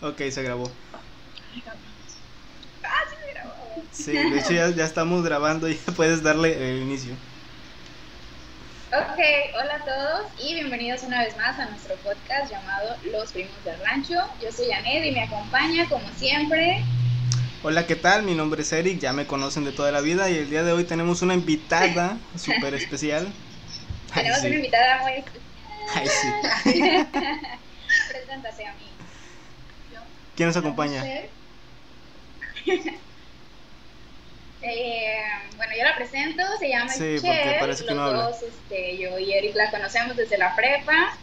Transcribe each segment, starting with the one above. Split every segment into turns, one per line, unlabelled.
Ok, se grabó.
Ah, sí me grabó.
Sí, de hecho ya, ya estamos grabando y ya puedes darle el inicio.
Ok, hola a todos y bienvenidos una vez más a nuestro podcast llamado Los Primos del Rancho. Yo soy Janet y me acompaña como siempre.
Hola, ¿qué tal? Mi nombre es Eric, ya me conocen de toda la vida y el día de hoy tenemos una invitada súper especial. Ay,
Tenemos una
sí.
invitada muy
Ay, sí.
especial. Preséntase a mí.
¿Quién nos acompaña?
Eh, bueno, yo la presento, se llama
Sí,
Cher,
porque parece que
los
no habla.
dos, este, yo y Eric la conocemos desde la prepa.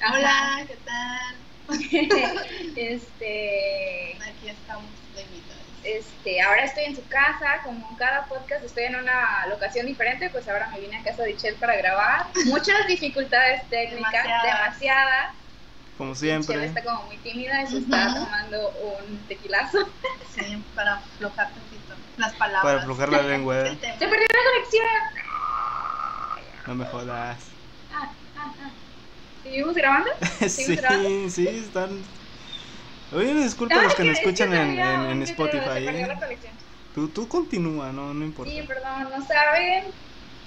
Ajá.
Hola, ¿qué tal?
este,
Aquí estamos de invitados.
este, ahora estoy en su casa, como en cada podcast estoy en una locación diferente, pues ahora me vine a casa de Cher para grabar. Muchas dificultades técnicas,
Demasiadas.
demasiadas.
Como
Cher
siempre.
está como muy tímida y se está
Ujú.
tomando un tequilazo.
Sí, para aflojar tantito las palabras.
Para aflojar la lengua, ¿eh?
El tema.
Se perdió la conexión.
No me jodas.
Ah, ah, ah. ¿Seguimos grabando?
Sí,
grabando?
sí, están... Oye, disculpa a los que
no
nos escuchan en, en- en Spotify.
Pero,
¿eh? Tú, tú continúa, no, no importa.
Sí, perdón, no saben.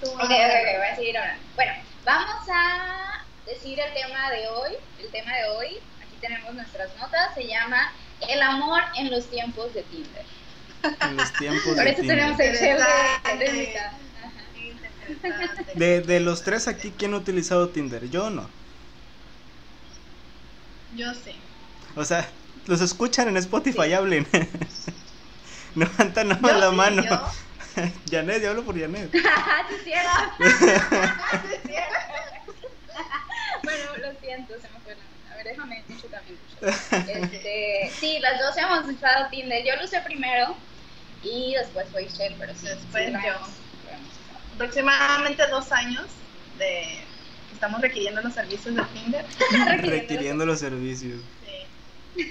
Tú,
Ok, ok, ok, voy a seguir hablando. Bueno, vamos a decir el tema de hoy. El tema de hoy, aquí tenemos nuestras notas, se llama El amor en los tiempos de Tinder.
En los tiempos
Por
de
eso tenemos
Tinder.
el gel de, de
Interesante.
mitad. Ajá.
Interesante.
De, de los tres aquí, ¿quién ha utilizado Tinder? Yo no.
Yo sé.
O sea, los escuchan en Spotify, hablen. Levantan nada más
Yo
la
sí,
mano.
yo.
Janet, yo hablo por Janet.
Ajá, Ah, sí, es cierto. Sí, es cierto. Bueno, lo siento, se me fue la onda. A ver, déjame dicho también. mucho. Este, sí, las dos hemos usado Tinder. Yo lo usé primero y después fue Shell, pero sí.
Después
sí, lo
yo.
hemos- lo hemos usado.
Aproximadamente dos años de que estamos requiriendo los servicios de Tinder.
Requiriendo los servicios.
Sí.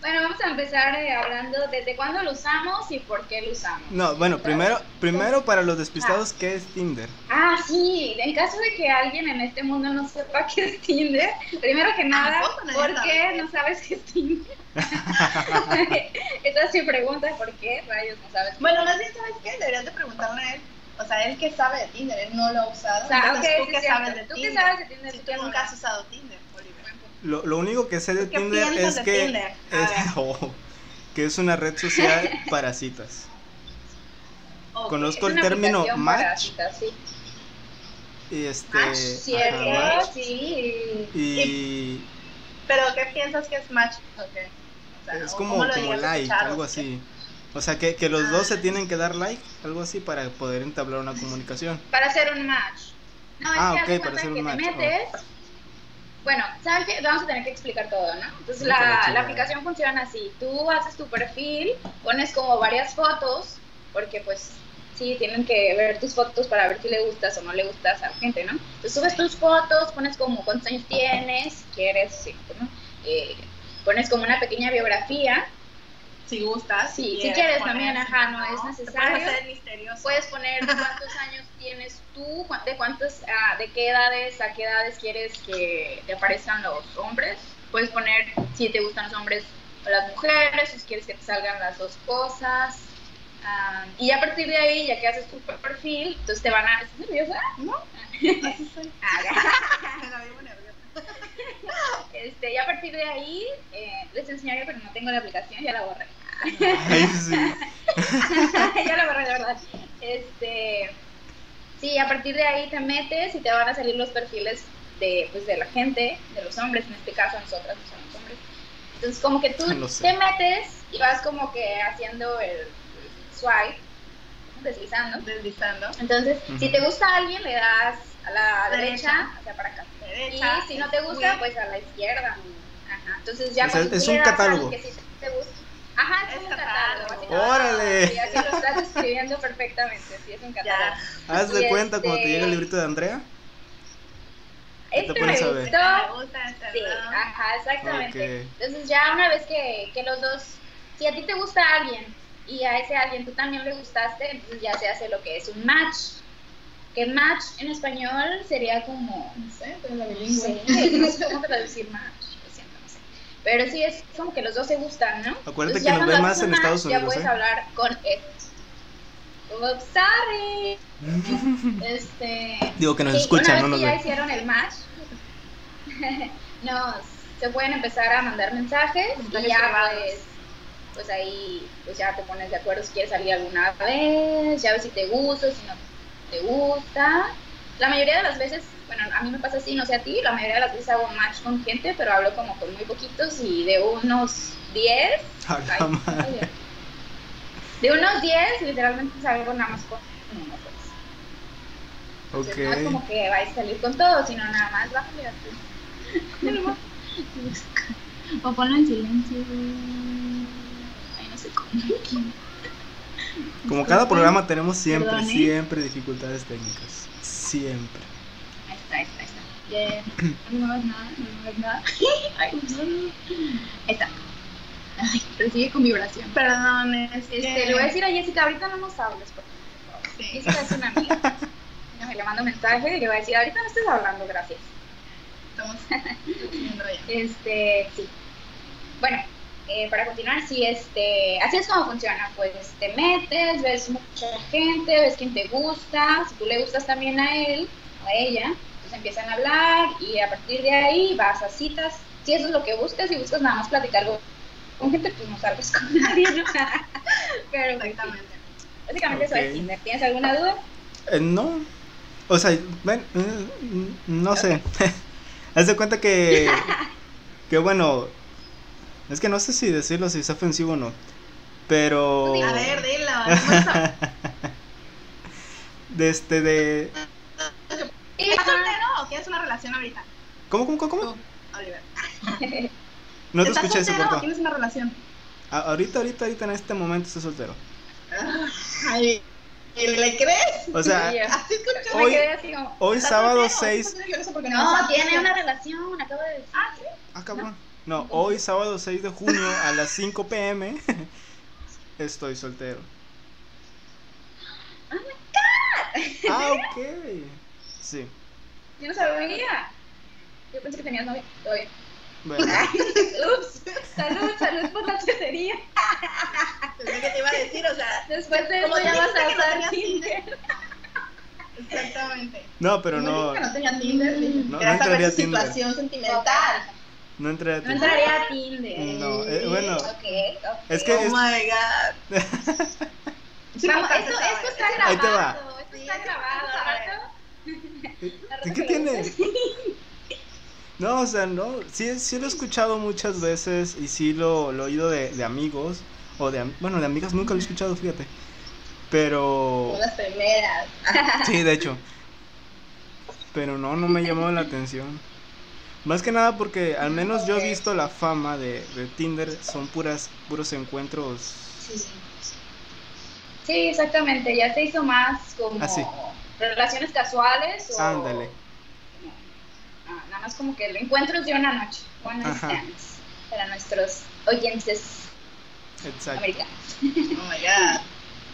Bueno, vamos a empezar eh, hablando desde cuándo lo usamos y por qué lo usamos.
No, bueno, primero, primero para los despistados, ¿qué es Tinder?
Ah, sí, en caso de que alguien en este mundo no sepa qué es Tinder, primero que nada,
Tampoco nadie
¿por
sabe
qué
qué
no
Ah, es.
sabes qué es Tinder? Esa es mi pregunta, ¿por qué rayos no sabes?
Bueno, más bien, ¿sabes qué? Deberías de preguntarle a él. O sea, él que sabe de Tinder, él no lo ha usado.
O sea,
Entonces,
ok,
¿tú
sí
qué
es cierto.
sabes de
¿Tú qué
Tinder?
sabes de Tinder?
Si
¿Tú
tú
qué
nunca
hablas?
has usado Tinder, Oliver.
Lo, lo único que sé de
¿Qué
Tinder
piensas
es
de
que,
Tinder? Ah. A
es-
ver.
oh, que es una red social para citas.
Ok.
Conozco-
Es
el
una
término
aplicación para
match.
citas, sí.
Y este,
Ah,
Match,
ajá,
cierto,
match.
sí.
y
Pero ¿qué piensas que es match? Okay. O sea,
es
¿o
como,
cómo lo
como
llegas a
like,
escuchar?
algo
¿O qué?
así. O sea, que, que los
Ah.
dos se tienen que dar like, algo así, para poder entablar una comunicación.
Para hacer un match. No,
Ah, ok,
es que haz de
para
cuenta
hacer un
que
match,
Te
oh.
metes. Bueno, ¿saben qué? Vamos a tener que explicar todo, ¿no? Entonces,
Qué la
la, la
chingada.
aplicación funciona así. Tú haces tu perfil, pones como varias fotos, porque pues sí, tienen que ver tus fotos para ver si le gustas o no le gustas a la gente, ¿no? Entonces, subes tus fotos, pones como cuántos años tienes, quieres, sí, ¿no? Eh, pones como una pequeña biografía.
Si gustas.
Sí, si quieres también,
poner,
ajá,
si
no es
te puedes
necesario.
hacer misterioso.
Puedes poner cuántos años tienes tú, cu- de cuántos, ah, de qué edades, a qué edades quieres que te aparezcan los hombres. Puedes poner si te gustan los hombres o las mujeres, si quieres que te salgan las dos cosas. Ah, y ya a partir de ahí, ya que haces tu per- perfil, entonces te van a... ¿Estás nerviosa?
Así soy.
Ah,
Me la vivo nerviosa.
Este, ya a partir de ahí, eh, les enseñaré, pero no tengo la aplicación, ya la borré.
Ay, sí.
ya lo borré, de verdad. Este, sí, a partir de ahí te metes y te van a salir los perfiles de, pues, de la gente, de los hombres, en este caso nosotras que somos hombres. Entonces, como que tú
Lo sé.
te metes y vas como que haciendo el swipe, deslizando.
Deslizando.
Entonces,
Ujú.
si te gusta a alguien, le das a la
Derecha.
derecha, o sea, para acá.
Derecha.
y si no te gusta,
Uy,
pues a la izquierda. Ajá. Entonces ya
O sea,
cuando
es
tú
un
le das a
catálogo.
alguien que sí te gusta. Ajá, es,
Es
un
catálogo.
catálogo. básicamente.
¡Órale!
Sí, aquí lo estás escribiendo perfectamente. Sí, es un catálogo.
Ya.
Haz
Y
de cuenta cuando te llega el
este-
librito de Andrea.
Este
te
me
pones a ver.
gustó.
Me gusta, este,
Sí, ah.
¿no?
ajá, exactamente.
Ok.
Entonces ya una vez que, que los dos, si a ti te gusta alguien y a ese alguien tú también le gustaste, entonces ya se hace lo que es un match. Que match en español sería como...
No sé, pero la
Sí,
bilingüe.
no sé cómo traducir match, lo siento, no sé. Pero sí, es como que los dos se gustan, ¿no?
Acuérdate
Entonces,
que
ya
nos
cuando
ven más en
hablas con
Estados
una,
Unidos,
Ya puedes
¿eh?
hablar con él. Como, sorry. Este.
Digo que nos
sí,
escuchan, no
una
nos
vez que ya
ven.
hicieron el match, nos, se pueden empezar a mandar mensajes
Mensajes
y ya
privados.
pues, pues ahí pues ya te pones de acuerdo si quieres salir alguna vez, ya ves si te gusta, si no te gusta. La mayoría de las veces, bueno, a mí me pasa así, no sé a ti, la mayoría de las veces hago match con gente, pero hablo como con muy poquitos y de unos 10,
A la
ay,
madre.
ay, de unos 10 literalmente salgo nada más con uno. pues. Entonces, No es
Ok.
como que vais a salir con todo, sino nada más bájale a tu. o ponlo en silencio. Ay, no sé cómo.
Como cada programa tenemos siempre,
Perdón, ¿eh?
siempre dificultades técnicas. Siempre.
Ahí está, ahí está, ahí está. Ya, No me muevas nada, no me muevas nada. Ay, ups. Ahí está. Ay, pero sigue con vibración.
Perdón, es
Este,
que-
le voy a decir a Jessica, ahorita no nos hables, por favor.
Sí.
Jessica es una amiga. No, le mando mensaje y le voy a decir, ahorita no estés hablando, gracias.
Estamos haciendo ya.
Este, sí. Bueno, eh, para continuar, sí, este, así es como funciona, pues te metes, ves mucha gente, ves quién te gusta, si tú le gustas también a él o a ella, pues empiezan a hablar y a partir de ahí vas a citas, si eso es lo que buscas, si buscas nada más platicar con- con gente, pues no salgas con nadie, ¿no? Pero exactamente.
Exactamente.
Básicamente eso
Ok.
es Tinder. ¿Tienes alguna duda?
Eh, no. O sea, ven, eh, no sé. Haz de cuenta que. Que bueno. Es que no sé si decirlo, si es ofensivo o no. Pero.
A ver, dila. ¿cómo está?
De este, de.
¿Estás soltero o tienes una relación ahorita?
¿Cómo, cómo, cómo? cómo?
Tú, Oliver.
No te
¿Estás
escuché, se
soltero o
cortó.
tienes una relación?
A- ahorita, ahorita, ahorita en este momento estoy soltero.
Ay, ¿le crees?
O sea,
Sí, yo.
Así escuché.
Yo me
hoy-
quedé así como,
hoy
¿Estás
sábado
soltero?
6.
Estoy nerviosa porque me
No,
sabes.
tiene una relación, acabo de decir.
Ah, sí.
Ah, cabrón. No, hoy sábado 6 de junio a las 5 pm. Estoy soltero.
Oh my
Ah, ok. Sí.
Yo no sabía. Yo pensé que tenías novia. Todo bien.
Bueno,
Ups. Salud, salud por la chutería.
Es lo que te iba a decir, o sea,
Después de
Como
eso ya
dijiste
vas a
que no
usar
tenías
Tinder.
exactamente.
no, pero no,
Como dije que no tenía Tinder, sí.
No, no
Quería saber
entraría
su
Tinder.
situación sentimental.
no entré a
No
ti.
entraría a Tinder.
No, eh, bueno.
Ok, ok.
Es que
oh
es-
my god. Sí,
Vamos,
porque
esto,
se
esto
sabe.
está grabado.
Ahí te va.
Esto
Sí,
está
eso
grabado.
se sabe.
al rato- al rato
¿Qué
que lo
tiene?
uses.
No, o sea, no, sí, sí lo he escuchado muchas veces y sí lo, lo he oído de, de amigos, o de, am- bueno, de amigas nunca lo he escuchado, fíjate, pero,
Como las primeras.
sí, de hecho, pero no, no me llamó la atención, más que nada porque al menos yo
Ok.
he visto la fama de, de Tinder, son puras, puros encuentros,
Sí. Sí, exactamente. Ya se hizo más como
Ah, sí.
relaciones casuales o.
ándale,
Ah, nada más como que lo encuentros de una noche. One night
Ajá.
stands. Para nuestros oyentes
exacto,
americanos.
Oh my god.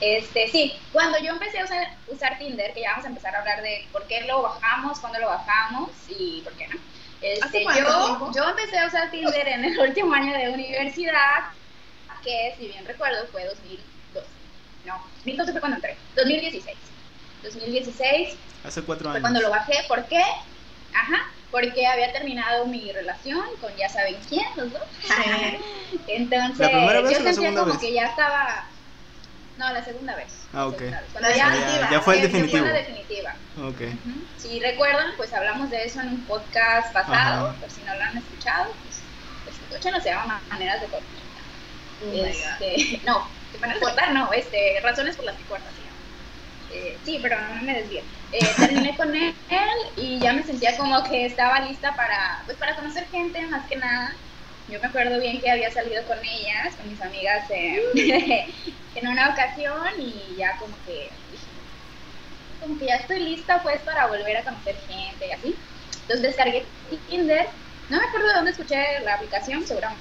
Este, sí, cuando yo empecé a usar, usar Tinder, que ya vamos a empezar a hablar de por qué lo bajamos, cuándo lo bajamos y por qué no. Este,
¿Hace cuánto
yo,
tiempo?
yo empecé a usar Tinder en el último año de universidad, que si bien recuerdo fue 2012. No, 2012 fue cuando entré, 2016. 2016
hace cuatro
fue cuando
años,
lo bajé, ¿por qué? Ajá, porque había terminado mi relación con ya saben quién, los dos.
Sí.
Entonces,
¿La primera vez
yo
o la
sentía
segunda
como
vez?
que ya estaba. No, la segunda vez.
Ah,
la
ok.
segunda vez.
La
Cuando ya,
definitiva.
ya, ya fue el
que- que
definitivo,
la definitiva.
ok,
Ujú. Si recuerdan, pues hablamos de eso en un podcast pasado,
Ajá.
por si no lo han escuchado, pues, pues escúchenlo, se llama Maneras de Cortar.
Oh my god.
Este, no, de Maneras de Cortar no, este, Razones por las que cortas, se llama. Eh, sí, pero no me desvío. Eh, terminé con él y ya me sentía como que estaba lista para, pues, para conocer gente más que nada. Yo me acuerdo bien que había salido con ellas, con mis amigas, eh, en una ocasión y ya como que dije, como que ya estoy lista pues para volver a conocer gente y así. Entonces descargué Tinder. No me acuerdo de dónde escuché la aplicación, seguramente.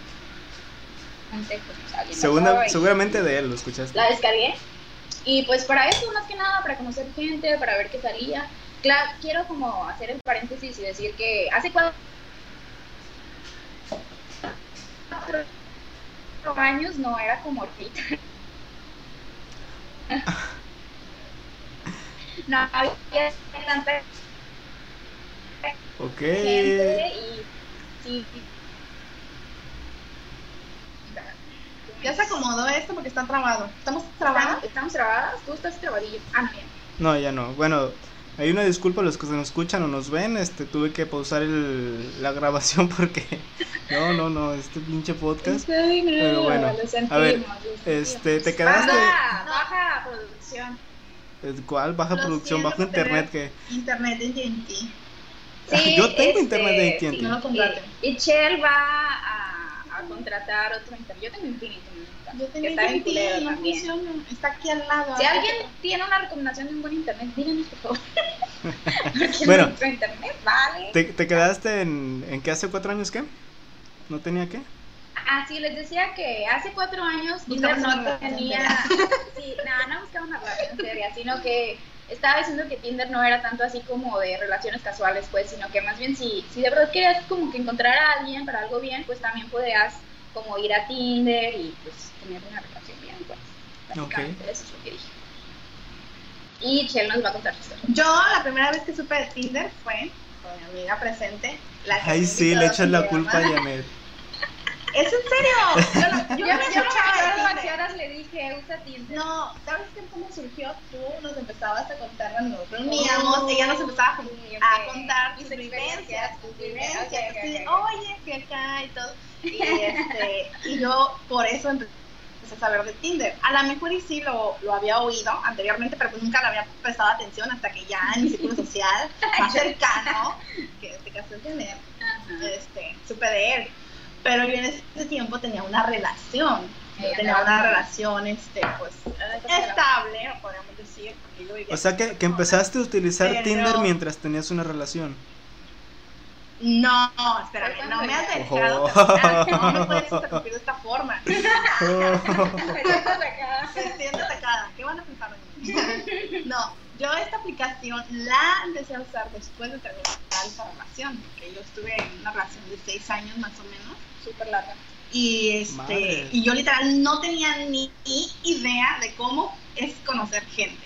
pues, alguien me habló
Segunda,
y-
seguramente de él lo escuchaste,
la descargué. Y pues para eso, más que nada, para conocer gente, para ver qué salía. Claro, quiero como hacer el paréntesis y decir que hace cuatro años no era como ahorita. no había tanta
Ok.
gente y sí.
Ya se acomodó esto porque está trabado.
¿Estamos,
¿Estamos trabados?
estamos trabadas? ¿Tú estás trabadillo? Ah, no, bien.
No, ya no. Bueno, hay una disculpa a los que se nos escuchan o nos ven. Este, tuve que pausar el, la grabación porque. No, no, no, este pinche podcast. Pero bueno,
lo sentimos,
a ver,
lo sentimos.
Este, te quedaste. Ah,
Baja, baja producción.
Eh, ¿Cuál? Baja
Lo
producción,
siento,
bajo internet que.
Internet de TNT.
Sí,
Yo tengo
este,
internet de
sí,
AT&T.
No lo compraten.
Y Shell va a, a contratar otro internet. Yo tengo infinito. ¿no?
Yo
Que
tenía
está bien culero
TNT, no
también.
funciona. Está aquí al lado.
Si alguien tiene una recomendación de un buen internet, díganos por favor. Porque
Bueno.
nuestro internet vale.
¿Te, te quedaste en, en que hace cuatro años qué? ¿No tenía qué?
Ah, sí, les decía que hace cuatro años Tinder
Buscamos
no
una rata,
tenía. Sí, nada, no buscaba una rata en serio, sino que estaba diciendo que Tinder no era tanto así como de relaciones casuales, pues, sino que más bien si, si de verdad querías como que encontrar a alguien para algo bien, pues también podías como ir a Tinder y pues tener una relación bien, pues. Básicamente, eso es lo que dije. Y Chel nos va a contar su historia.
Yo la primera vez que supe de Tinder fue con mi amiga presente. La que
Ay,
me
sí,
invitó
le
a
echas la
Tinder,
culpa a
¿verdad?
Yanet.
Es en serio. Yo,
Yo,
yo,
me
no
acuerdo
escuchaba de
a qué
Tinder.
horas le dije, usa Tinder.
No, ¿sabes qué? cómo surgió? Tú nos empezabas a contar cuando nos reuníamos, ella nos empezaba a jun- a contar sus vivencias, sus vivencias, así, "Oh, oye, que acá y todo. Y, este, y yo por eso empe- empecé a saber de Tinder. A la mejor y sí lo, lo había oído anteriormente, pero pues nunca le había prestado atención hasta que ya en mi círculo social más cercano, que este te casó tener,
Ajá.
este, supe de él. Pero yo en ese tiempo tenía una relación, yo
Eh,
tenía
ajá.
una relación, este, pues, estable, podríamos decir, porque yo vivía
O sea que, que empezaste a utilizar
Pero-
Tinder mientras tenías una relación.
No, espérame, no me has dejado
Ojo.
terminar, no me puedes interrumpir de esta forma.
Oh,
Estamos acá.
Me siento atacada, ¿qué van a pensar de mí? No, yo esta aplicación la empecé a usar después de terminar esa relación, porque yo estuve en una relación de seis años más o menos.
Súper larga.
Y, este,
Madre.
y yo literal no tenía ni ni idea de cómo es conocer gente.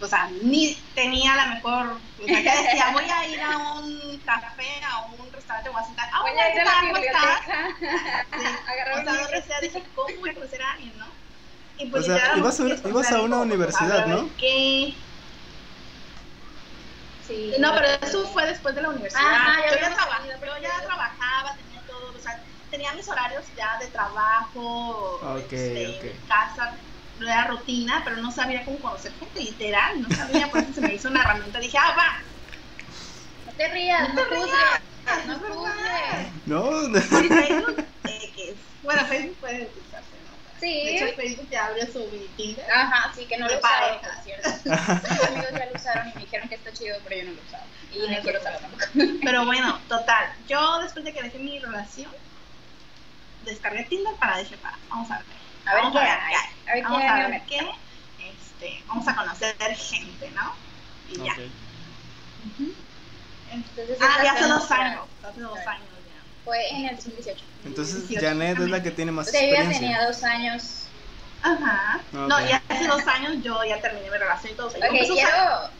O sea, ni tenía la mejor. O sea, que decía, voy a ir a un café, a un restaurante, voy a sentar. Ah,
Voy
hola,
a ir
¿qué
a la
tal? ¿Cómo estás?
biblioteca.
Sí.
Agarrar
O sea,
un
donde
libro.
sea, dije, ¿cómo voy a conocer a alguien, no? Y pues
O sea,
literal,
ibas a un-
empecé
ibas a
escuchar
una
como,
universidad,
a ver,
¿no?
"Pues, ¿qué?
Sí.
No, pero eso fue después de la universidad.
Ajá, ya
yo, ya
habíamos
traba-
salido, pero
yo
ya-
ya trabajaba, tenía todo, o sea, tenía mis horarios ya de trabajo,
Ok,
este,
ok.
casa, no era rutina, pero no sabía cómo conocer gente, literal, no sabía, por eso se me hizo una herramienta, dije, ah, va,
No te rías, no juzgues. No
es verdad.
juzgues.
No,
Y Facebook, eh, que es- bueno, Facebook puede utilizarse, ¿no?
Sí.
De hecho, Facebook te abre su Tinder.
Ajá, sí, que no lo
De
usaron,
pareja.
por cierto. Mis amigos ya lo usaron y me dijeron que está chido, pero yo no lo usaba. Y no
Ay,
quiero
qué
usarlo tampoco.
Pero bueno, total, yo después de que dejé mi relación, descargué Tinder para, dije, para, vamos a ver.
A ver
vamos
qué
a ver
hay. A ver
vamos
qué
a ver
hay.
qué, este, vamos a conocer gente, ¿no? Y ya.
Ok.
Entonces,
Ah,
esta
ya hace
fue
dos
nuestra-
años, hace dos años ya.
Fue en el 2018.
Entonces
18
Janet es la que tiene
O
más
sea, yo ya
experiencia.
tenía dos años.
Ajá. No,
Ah, Ok.
y hace dos años yo ya terminé mi relación y todo. o sea, yo
Ok,
empecé a usar-
quiero.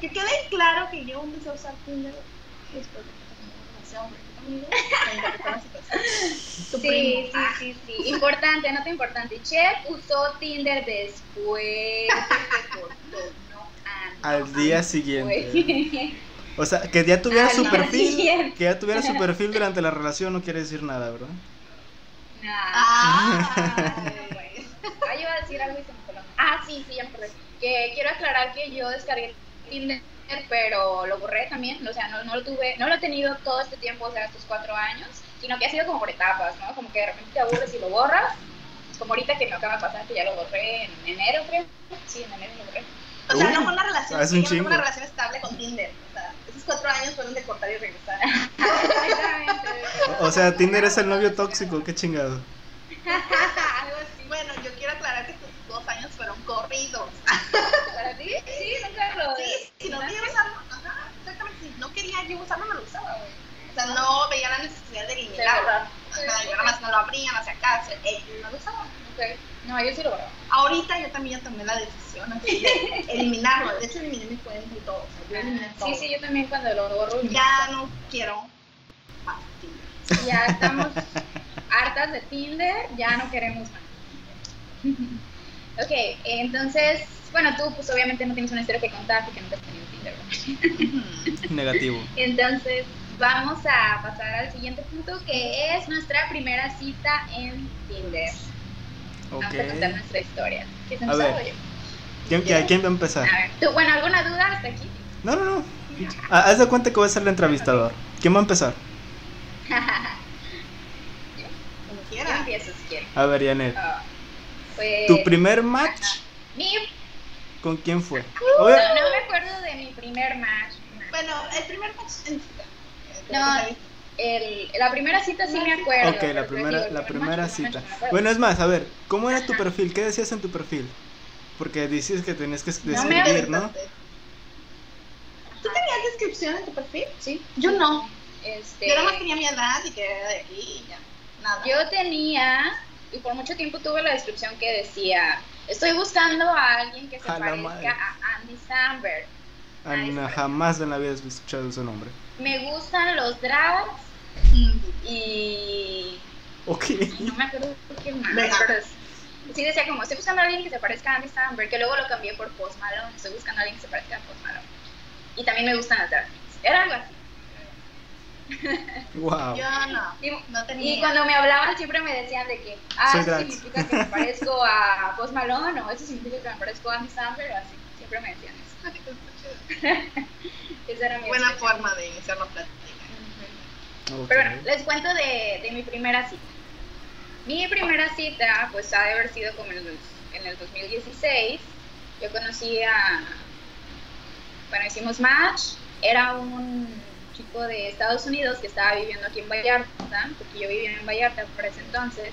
Que quede claro que yo empecé a usar Tinder después de que terminé mi relación. porque conmigo me encantó la situación.
Sí,
Tu primo. Ah.
sí, sí, sí. Importante, nota importante. Chef usó Tinder después de que cortó, no Pues, antes.
Al día siguiente.
Güey.
O sea, que ya tuviera
Al
su
día
perfil,
siguiente.
que ya tuviera su perfil durante la relación no quiere decir nada, ¿verdad?
Nah.
Ah, güey.
Ah, yo iba a decir algo y se me coló. Ah, sí, sí, ya me acordé. Que quiero aclarar que yo descargué Tinder, pero lo borré también. O sea, no, no lo tuve, no lo he tenido todo este tiempo, o sea, estos cuatro años, sino que ha sido como por etapas, ¿no? Como que de repente te aburres y lo borras. Como ahorita que me acaba de pasar que ya lo borré en enero, creo. Sí, en enero lo borré.
O sea,
Uy,
no fue una relación,
es un
yo no tuve
chingo.
una relación estable con Tinder. O sea, esos cuatro años fueron de cortar y regresar.
Exactamente.
O- O sea, Tinder es el novio tóxico, qué chingado.
Algo así. Bueno, yo quiero aclarar que tus dos años fueron corridos.
¿Para ti? Sí, nunca lo
Sí, si no quería usarlo, ajá, exactamente, si no quería yo usarlo, no lo usaba, güey. O sea, no veía la necesidad de
Sí,
eliminarlo.
¿verdad?
Ajá, yo nada más no lo abría, no hacía caso, eh, no lo usaba.
Ok. No, yo sí lo grabo.
Ahorita yo también ya tomé la decisión así de eliminarlo. De hecho, eliminé mi cuenta y todo. O sea, yo eliminé todo.
Sí, sí, yo también cuando lo borro.
Ya no quiero pastillas.
Ya estamos hartas de Tinder, ya no queremos más. ok, entonces, bueno, tú pues obviamente no tienes una historia que contar porque nunca has tenido Tinder. ¿verdad?
Negativo.
entonces, vamos a pasar al siguiente punto que es nuestra primera cita en Tinder.
Ok.
Vamos a contar nuestra historia. ¿Quieres
A
empezar
ver.
o yo?
¿Quién, quién- quién va a empezar?
A ver, tú, bueno, ¿alguna duda hasta aquí?
No, no, no. Ah, Haz de cuenta que voy a ser el entrevistador. ¿Quién va a empezar?
Como
Yo
quiera.
empiezo si quieres.
A ver, Janet.
Ah, pues,
¿Tu primer match
mi,
con quién fue?
no,
Obvia-
no me acuerdo de mi primer match.
Bueno, el primer match en cita.
No, el- la primera cita sí me acuerdo.
Ok,
pero
la
te digo,
primera,
el
la
primer
primera
match, el
cita.
primer match, no me acuerdo.
Bueno, es más, a ver, ¿cómo era tu perfil? ¿Qué decías en tu perfil? Porque dices que tenías que
No me
describir, ¿no?
¿Tú tenías descripción en tu perfil?
Sí.
Yo no.
Este,
Yo nada más tenía mi edad y que era de aquí y ya. Nada.
Yo tenía, y por mucho tiempo tuve la descripción que decía, estoy buscando a alguien que se
A la madre.
parezca a Andy Samberg.
Ana, jamás en la vida he escuchado ese nombre.
Me gustan los drags
Mm,
y
Ok.
ay, no me acuerdo qué más.
Venga.
pero es- Sí decía como, estoy buscando a alguien que se parezca a Andy Samberg, que luego lo cambié por Post Malone, estoy buscando a alguien que se parezca a Post Malone. Y también me gustan las drags. Era algo así.
Wow.
Yo no.
Y-
No tenía.
Y cuando me hablaban siempre me decían de que, ah,
Soy
eso
drag.
significa que me parezco a Post Malone o eso significa que me parezco a Andy Samberg, así. Siempre me decían eso. Esa era mi
Buena
expresión.
forma de iniciar la plática.
Ujú.
Ok.
Pero bueno, les cuento de, de mi primera cita. Mi primera cita, pues ha de haber sido como en el, en el 2016. Yo conocí a. Bueno, hicimos match. Era un chico de Estados Unidos que estaba viviendo aquí en Vallarta, porque yo vivía en Vallarta por ese entonces.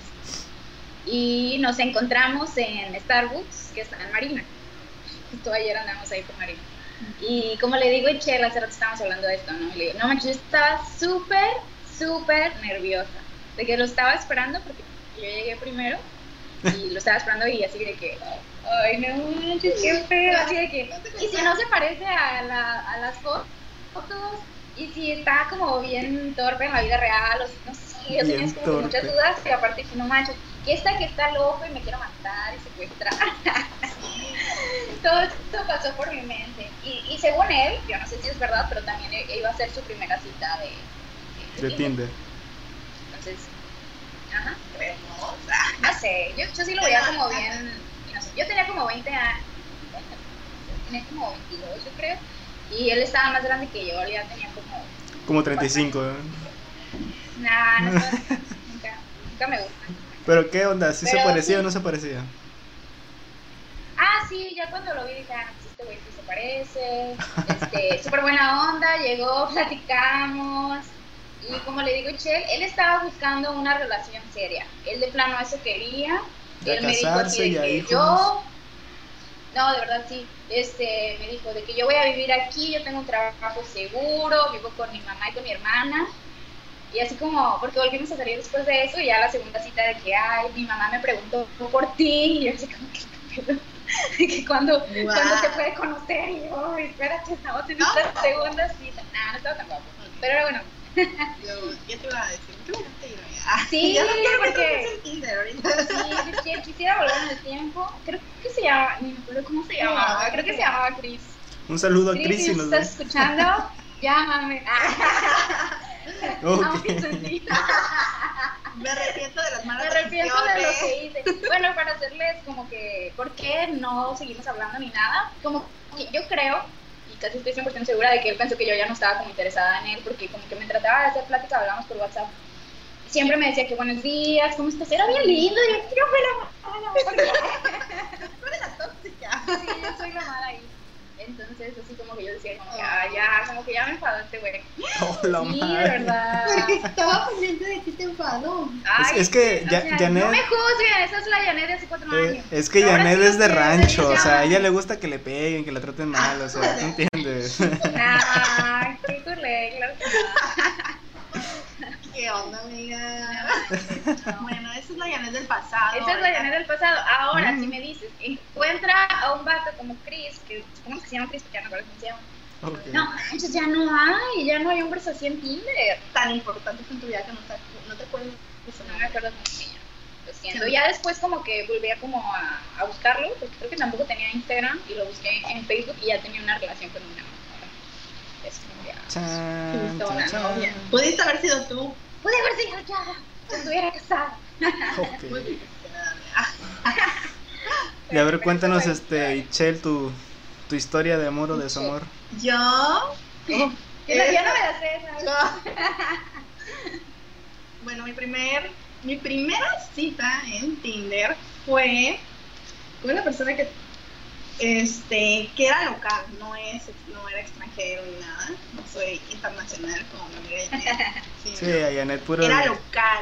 Y nos encontramos en Starbucks, que está en Marina. Justo ayer andamos ahí por Marina. Y como le digo a Chela, hace rato estábamos hablando de esto, ¿no? Y le digo, no manches, yo estaba súper, súper nerviosa. De que lo estaba esperando porque yo llegué primero y lo estaba esperando y así de que, ay, no manches, qué feo. Así de que, y si no se parece a, la, a las fo- fotos, y si está como bien torpe en la vida real, o si- no sé, yo tenía
Bien
como que muchas
torpe.
dudas, y aparte dije, no manches, que esta que está loco y me quiero matar y secuestrar. Todo esto pasó por mi mente. Y, y según él, yo no sé si es verdad, pero también i- iba a ser su primera cita de,
De Tinder.
Entonces, ajá,
Hermosa.
no sé, yo, yo sí lo veía como bien, inocente. yo tenía como 20 años, tenía como 22 yo creo, y él estaba más grande que yo, él ya tenía como
Como 35. ¿eh?
Nah, no sé, nunca, nunca me gusta.
Pero qué onda, ¿sí se
Pero
parecía o
sí.
no se parecía?
Ah, sí, ya cuando lo vi dije, ah, pues este güey sí se parece, este, súper buena onda, llegó, platicamos, y como le digo a Chel, él estaba buscando una relación seria, él de plano eso quería,
Ya
él me dijo así
casarse,
de
ya
que
hijos.
yo, no, de verdad sí, este, me dijo de que yo voy a vivir aquí, yo tengo un trabajo seguro, vivo con mi mamá y con mi hermana, y así como, porque volvimos a salir después de eso, y ya la segunda cita de que, ay, mi mamá me preguntó por ti, y yo así como, que pedo? que cuando,
Wow.
cuando se puede conocer, y yo, "Ay, espérate, estamos en esta segunda cita, nada, no estaba tan guapo, pero bueno,
Yo, ¿Qué te iba a decir? ¿Qué me dijiste, Ironia?
Ah, Sí,
yo no quiero que
porque-
te en Tinder ahorita.
Sí, quisiera, quisiera volver en el tiempo. Creo que se llama, ni me acuerdo cómo se llamaba. Creo que se llamaba Chris.
Un saludo a
Chris,
Cris
si
y
nos
nos ve.
estás escuchando, llámame. Ah.
Ok.
Aunque sentí-
Me arrepiento de las malas
Me arrepiento de lo
decisiones.
que hice. Bueno, para hacerles como que, ¿por qué no seguimos hablando ni nada? Como que yo creo, y casi estoy 100% segura de que él pensó que yo ya no estaba como interesada en él, porque como que me trataba de hacer plática, hablábamos por WhatsApp. Siempre me decía que buenos días, ¿cómo estás? Era bien lindo, y yo quiero ver la
Tóxica.
Sí, yo soy la mala ahí. Entonces, así como que yo decía, como que, ah, ya, como que ya me enfadó este güey.
Oh, la
sí,
madre.
de verdad.
Estaba pendiente de que te enfadó.
Ay,
Es, es que
o
ya,
sea,
Janet-
No me juzguen, esa es la Janet de hace cuatro
eh,
años.
es que
Ahora
Janet
sí
es de
ustedes
rancho, o sea, a
ya.
ella le gusta que le peguen, que la traten mal, o sea, ¿tú entiendes?
Ay, qué culé, claro que no.
¿Qué onda, amiga? bueno, esa es la Janet del pasado.
Esa es la
¿verdad?
Janet del pasado. Ahora,
Mm.
si me dices, encuentra a un vato como Chris, que supongo que se llama Chris, porque ya no recuerdo cómo se llama.
Ok.
No, manches, ya no hay, ya no hay hombres así en Tinder.
tan importante en tu vida que no te, no te acuerdas de su
No me
nombre.
acuerdo cómo se llama. Lo siento.
Sí.
Ya después como que volvía como a, a buscarlo, porque creo que tampoco tenía Instagram y lo busqué en Facebook y ya tenía una relación con una. Es como ya.
Chan,
Justo
chan,
una
chan.
novia.
Pudiste haber sido tú.
Pude haber sido ya, si estuviera casada.
Ok.
Muy bien.
Y a ver,
Pero
cuéntanos,
esa es la
este, Chel, tu, tu historia de amor o desamor.
Yo.
historia. Yo no me la sé, ¿sabes?
yo- bueno, mi primer, mi primera cita en Tinder fue con una persona que, este, que era local, no es, no era extranjero ni nada. No soy internacional como mi amiga Janet. Sí,
Sí, a Janet, puro,
Era local.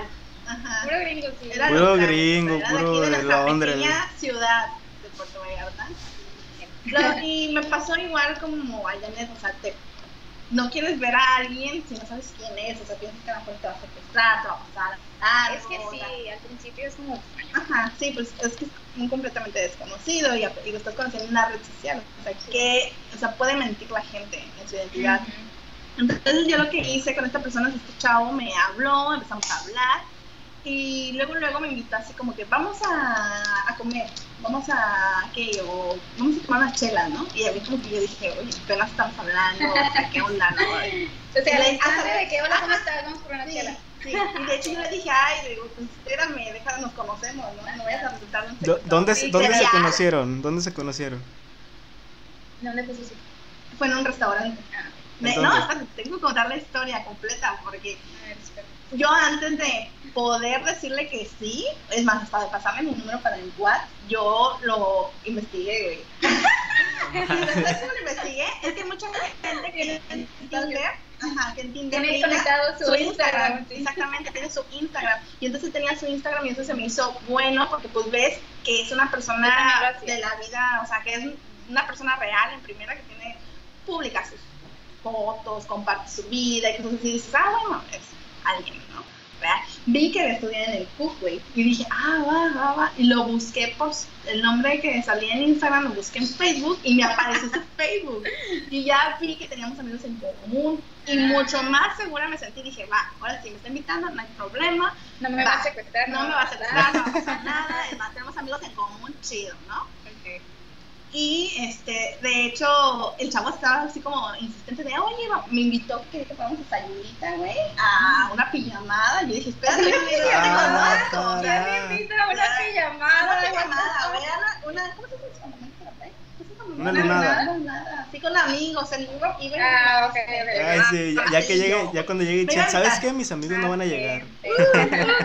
Ajá.
Puro gringo, sí.
Era
Puro
local,
gringo,
era de aquí
puro de
nuestra
Londres.
pequeña ciudad de Puerto Vallarta. Lo- y me pasó igual como a Janet, o sea, te- no quieres ver a alguien si no sabes quién es, o sea, piensas que a lo mejor te va a secuestrar, te va a pasar algo.
Es que
o sea,
sí, al principio es como extraño.
Ajá, sí, pues es que es un completamente desconocido y, a- y lo estás conociendo en una red social. O sea, que, o sea, puede mentir la gente en su identidad. Entonces yo lo que hice con esta persona es este chavo me habló, empezamos a hablar y luego luego me invitó así como que vamos a, a comer, vamos a qué o vamos a tomar una chela, ¿no? Y a mí como que yo dije, oye, apenas estamos hablando, o sea, qué onda, ¿no? Y-
O sea,
Sí,
la
ajá.
distancia de que hola, ¿cómo estás? Vamos por una
Sí,
chela.
sí. Y de hecho yo le dije, ay, le digo, pues espérame, deja, nos conocemos, ¿no? No vayas a resultar un
Do-
sexo".
¿Dónde,
Sí,
se- dónde se
ya.
conocieron? ¿Dónde se conocieron?
¿Dónde fue su cita?
Fue en un restaurante.
Ah,
Me- no,
Entonces.
espérate, tengo que contar la historia completa porque
a ver, espera.
yo antes de poder decirle que sí, es más, hasta de pasarme mi número para el WhatsApp, yo lo investigué, güey. Entonces, ¿cómo lo investigué? Es que mucha gente que en Tinder, ajá, que en Tinder
Tiene
brinca
conectado su Instagram, sí.
Exactamente, tiene su Instagram. Y entonces tenía su Instagram y eso se me hizo bueno porque pues ves que es una
Esa
persona
narración.
de la vida, o sea, que es una persona real en primera que tiene, publica sus fotos, comparte su vida y cosas así. Dices, ah, bueno, es alguien, ¿no? ¿Verdad? Vi que estudiaba en el CUC, güey, y dije, ah, va, va, va. Y lo busqué por s- el nombre que salía en Instagram, lo busqué en Facebook y me apareció su Facebook. Y ya vi que teníamos amigos en común. Y mucho más segura me sentí. Dije, va, ahora sí me está invitando, no hay problema,
No me
Va.
va a secuestrar.
no me va a aceptar, no va a pasar nada. Además, tenemos amigos en común, chido, ¿no?
Ok.
Y este, de hecho, el chavo estaba así como insistente de, oye, va- me invitó que que fuéramos a Sayulita, güey, a una pijamada. Y yo dije, espérate, yo te
Ah,
conozco. Ah, o sea,
Ya me invita a una pijamada.
una
de
pijamada,
WhatsApp.
güey, una, una- ¿cómo se dice?
Una
lunada.
Una lunada, así con amigos, en grupo. y bueno,
Ah, ok,
Ay,
ok.
sí, ya, ya que llegue, ya cuando llegue
Me
Chel,
iba a
¿sabes
invitar.
qué? Mis amigos no van a llegar.
Ah,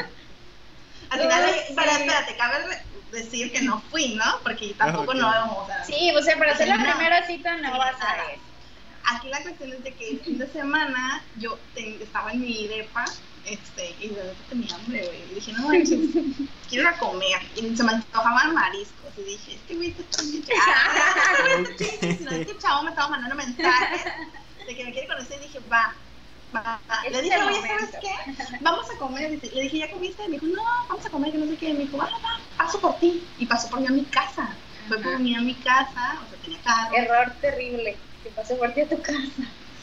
Al final,
Ay,
eh,
sí.
para, espérate, cabe re- decir que no fui, ¿no? Porque tampoco
ok.
no vamos a...
Sí, o sea, para hacer la
No.
primera cita no vas a ir.
Aquí la cuestión es de que el fin de semana yo te- estaba en mi depa este, y de repente tenía hambre, güey. Y dije, no manches, quiero ir a comer. Y se me antojaban mariscos. Y dije, este güey te está bien
Ok.
sino este chavo me estaba mandando mensajes de que me quiere conocer y dije, va, va, va.
Este
Le
es
dije,
el
oye, ¿sabes
momento".
qué? Vamos a comer. Y Le dije, ¿ya comiste? Y me dijo, no, vamos a comer, que no sé qué. Y me dijo, va, va, paso por ti. Y pasó por mí a mi casa. Fue por
Ajá.
mí a mi casa, o sea, tenía carro.
Error terrible. Que pase por ti a tu casa.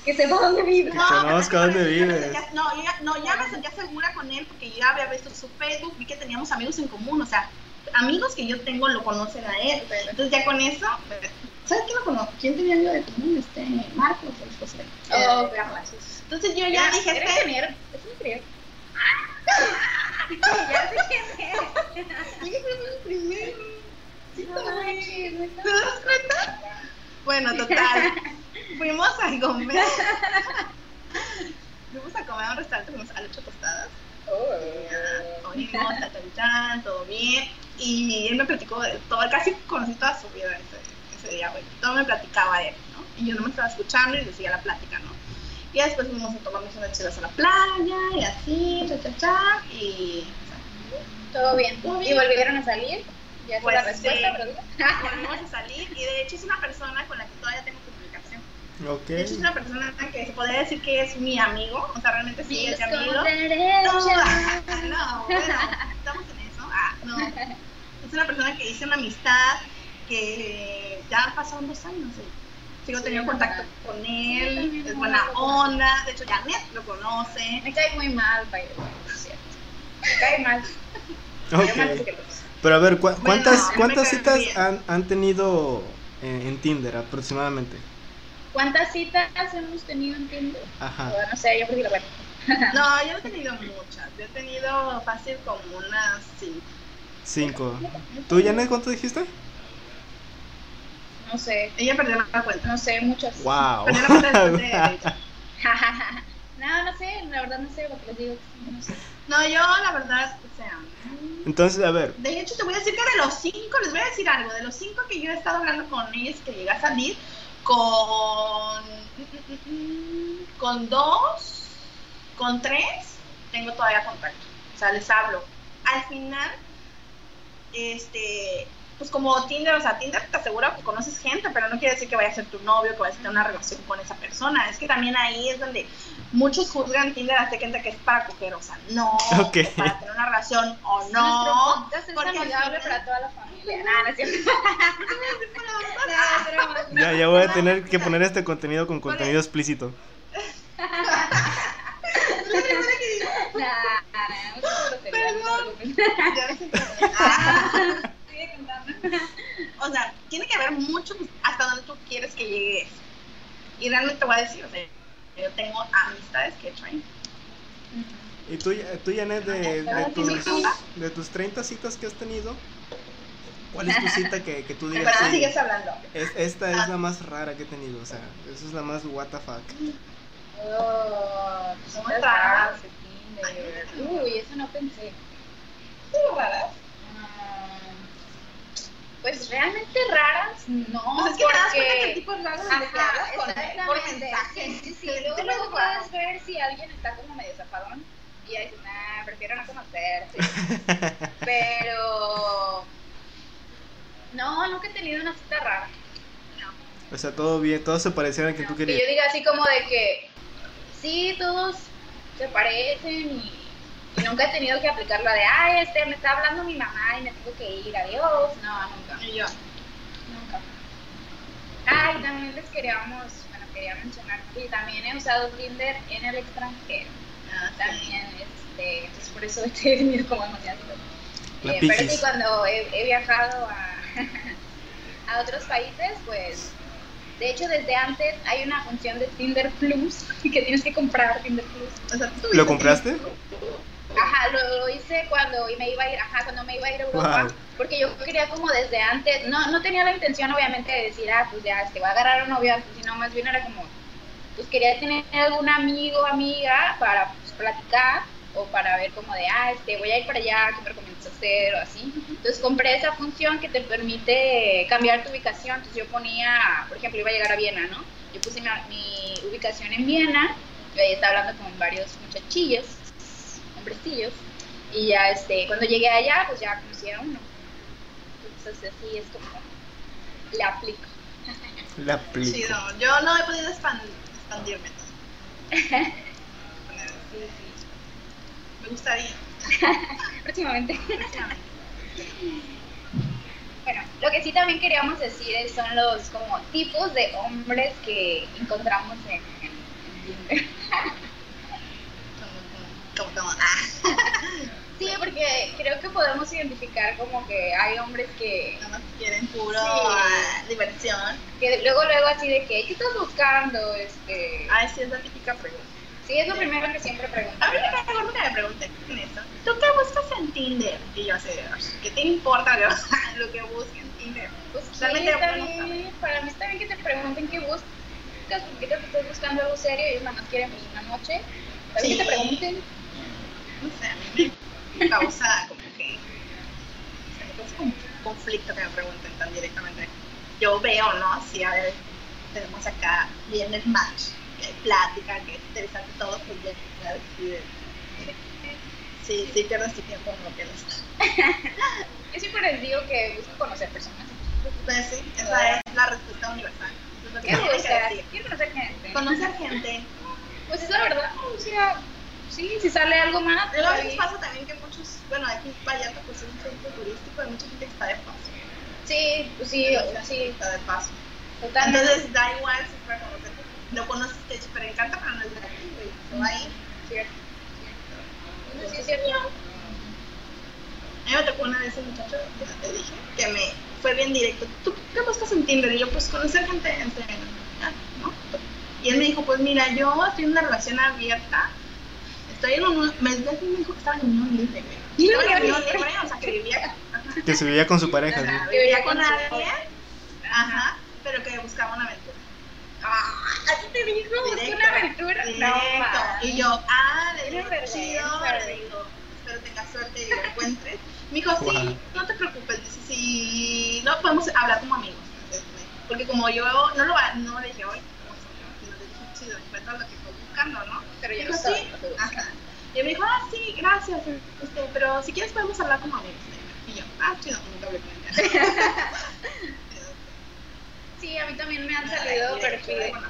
Que sepa dónde vives.
No. Conozco dónde
pero yo me
vives.
sentía- No, yo ya, no, ya me sentía segura con él porque yo ya había visto su Facebook, vi que teníamos amigos en común, o sea, amigos que yo tengo lo conocen a él. Entonces ya con eso, ¿sabes quién lo conozco? ¿Quién tenía amigo de común? Este, Marcos, el José.
Oh,
Eh,
gracias.
Entonces yo ya dije,
Era
este,
ingeniero. Es ingeniero. Ya sé quién es.
oye, pero es el primero. Sí,
No
güey.
manches, no
¿Te das cuenta? Bueno, total. Fuimos a comer. Fuimos a comer a un restaurante, fuimos a ocho tostadas.
Oh.
Oye, no, ta, ta, ta, todo bien. Y él me platicó de todo, casi conocí toda su vida ese, ese día, güey. Todo me platicaba él, ¿no? Y yo no me estaba escuchando y decía la plática, ¿no? Y ya después fuimos a tomarnos unas chelas a la playa y así, cha, cha, cha. Y
Todo bien.
Todo bien.
¿Y volvieron a salir? Ya fue
Pues,
la respuesta,
sí.
pero diga.
volvimos a salir. Y de hecho es una persona con la que todavía tengo comunicación.
Ok.
De hecho, es una persona que se podría decir que es mi amigo, o sea, realmente sí, es mi
con
amigo. No,
derecha.
no, bueno, estamos en eso. Ah, no. Es una persona que hice una amistad que ya han pasado dos años. eh. Sigo
Sí,
teniendo
es
contacto
verdad.
con
Yo
él,
también
es
no
buena
lo conozco.
onda. De hecho, Janet lo conoce.
Me cae muy mal, by the way, por cierto. Me cae mal. Me cae mal
Ok.
porque los-
Pero a ver, ¿cu- ¿cuántas,
me
cuántas
cae
citas
bien.
han, han tenido en, en Tinder aproximadamente?
¿Cuántas citas hemos tenido en Tinder?
Ajá.
No sé, yo creo que la cuento.
No, yo no he tenido muchas. Yo he tenido fácil como unas cinco.
Cinco. ¿Tú, Janet, cuánto dijiste?
No sé,
Ella perdió la cuenta.
no sé, muchas.
¡Wow!
Perdió la cuenta después de ella.
no, no sé, la verdad no sé, porque les digo, no sé.
No, yo la verdad, o sea,
Entonces, a ver.
de hecho te voy a decir que de los cinco, les voy a decir algo, de los cinco que yo he estado hablando con ellos que llegué a salir, con, con dos, con tres, tengo todavía contacto, o sea, les hablo. Al final, este, pues como Tinder, o sea, Tinder te asegura que conoces gente, pero no quiere decir que vaya a ser tu novio, que vayas a tener una relación con esa persona, es que también ahí es donde muchos juzgan Tinder hasta gente que es para coger, o sea, no,
Ok.
o para tener una relación o
Nuestro
no.
podcast es
porque al
amigable
final-
para toda la familia. Nada, no es cierto. No, es broma.
Ya, ya voy a tener que poner este contenido con contenido explícito.
Nah, nah, muchas groserías,
Perdón.
no se preocupen.
Ah,
Sigue contando.
o sea, tiene que haber mucho hasta donde tú quieres que llegues. Y realmente te voy a decir, o sea, yo tengo amistades que he hecho ahí.
¿Y tú, tú Janet, de, de, tus, de tus 30 citas que has tenido, cuál es tu cita que, que tú
En
digas?
verdad
sí,
sigues hablando.
es- esta
Ah.
es la más rara que he tenido, o sea, esa es la más what the fuck.
Oh, pues
¿Cómo
estás
estás?
raro, Tinder. Uy, eso no pensé.
¿Tú raras?
Mm, Pues realmente raras, no.
Pues es que te das cuenta que el
porque...
tipo es raro desde que hablas
Ajá,
con él por
exactamente.
mensaje.
Sí, sí, sí.
Te
Luego,
ves
luego
raro.
puedes ver si alguien está como medio zapadón y ya dices, nah, prefiero no conocerte. Pero. No, nunca he tenido una cita rara.
O sea, todo bien, todos se parecieron a que tú
No,
querías.
yo diga así como de que sí, todos se parecen y, y nunca he tenido que aplicar la de, ay, este, me está hablando mi mamá y me tengo que ir, adiós. No, nunca,
Y yo,
nunca. Ay, también les queríamos, bueno, quería mencionar que también he usado Tinder en el extranjero.
ah, también.
También, este, entonces por eso he tenido como demasiadas cosas.
La
Eh, pero sí,
piquis.
cuando he, he viajado a, a otros países, pues de hecho desde antes hay una función de Tinder Plus que tienes que comprar Tinder Plus.
O sea, tú
¿Lo
tuviste-
compraste?
Ajá, lo, lo hice cuando y me iba a ir, ajá, cuando me iba a ir a Europa,
Wow.
porque yo quería como desde antes, no, no tenía la intención obviamente de decir, ah, pues ya, este, voy a agarrar un novio, sino más bien era como, pues quería tener algún amigo, amiga para pues, platicar o para ver como de, ah, este, voy a ir para allá, ¿qué me recomiendas hacer? O así. Entonces compré esa función que te permite cambiar tu ubicación. Entonces yo ponía, por ejemplo, iba a llegar a Viena, ¿no? Yo puse mi, mi ubicación en Viena, y ahí estaba hablando con varios muchachillos, hombrecillos, y ya, este, cuando llegué allá, pues ya conocí a uno. Entonces así es como le aplico.
La aplico.
Chido. Yo no he podido expan- expandirme. Bueno,
Sí, sí.
Me gustaría.
Próximamente. Bueno, lo que sí también queríamos decir es- son los como tipos de hombres que encontramos en, en- en Tinder.
Como, como, como, ah,
Sí, porque creo que podemos identificar como que hay hombres que,
nada más quieren puro
Sí.
ah, diversión.
que luego, luego así de que, ¿qué estás buscando? Este,
Ay, sí, es la típica pregunta.
sí, es lo primero que siempre
A mí me
preguntan.
cae gordo que me pregunten eso. ¿Tú qué buscas en Tinder? Y yo así, de, ¿qué te importa lo, lo que busques en Tinder?
Pues sí,
Realmente
está
no sabe.
bien, para mí está bien que te pregunten qué buscas, porque te estás buscando algo serio y ellos nada más quieren pues, una noche. Está bien que te
Sí.
pregunten.
No sé, a mí me causa como que... o sea, me causa como un conflicto que me pregunten tan directamente. Yo veo, ¿no? Así, a ver, tenemos acá bien el match, que hay plática, que es interesante todo, pues ya, claro que sí, de- Sí, sí, pierdes tu tiempo en lo que no está.
Yo siempre les digo que busco conocer personas.
Pues sí, esa es la respuesta universal. Eso es lo
¿Qué te gusta? Quiero conocer gente.
Conocer gente.
Pues es la verdad, o sea, sí, si sale algo más. pues
Luego a veces
ahí-
pasa también que muchos, bueno, aquí en Vallarta pues es un centro turístico, hay mucha gente que está de paso.
Sí, pues sí,
Mucha gente que
sí,
está de paso.
totalmente.
Entonces da igual si fuera conocer, lo conoces, te super encanta, pero no es de aquí, güey, se va ahí.
Cierto. Eso sí es cierto.
A mí me tocó una de ese muchacho, que ya te dije, que me fue bien directo. ¿Tú qué buscas en Tinder? Y yo, pues conocer gente entre ah, ¿no? Y él me dijo, pues mira, yo estoy en una relación abierta. Estoy en un. Me, me dijo que estaba en unión libre, güey.
Y
Estaba en
unión
unión libre, o sea, que vivía,
Que se vivía con su pareja,
o sea,
sí.
Ajá.
vivía con alguien, ajá, pero que buscaba una aventura. Ah,
Así te dijo, busca
Directo,
una aventura.
directo. y yo, ah, le digo,
Eres
chido,
vergüenza,
le digo, espero tengas suerte y lo encuentres. Me dijo, sí,
Guau.
no te preocupes, dice, sí, no podemos hablar como amigos. Entonces, me- Porque como yo no lo va- no le dije hoy, sino le dije, chido, encuentra lo que estoy buscando, ¿no?
Pero
Me
yo
dijo,
no
sí, ajá. Y me dijo, ah, sí, gracias, este, pero si quieres podemos hablar como amigos. Y yo, ah, chido, nunca hablé con ella.
Sí, a mí también me han
Ah, Directo,
salido perfiles.
bueno,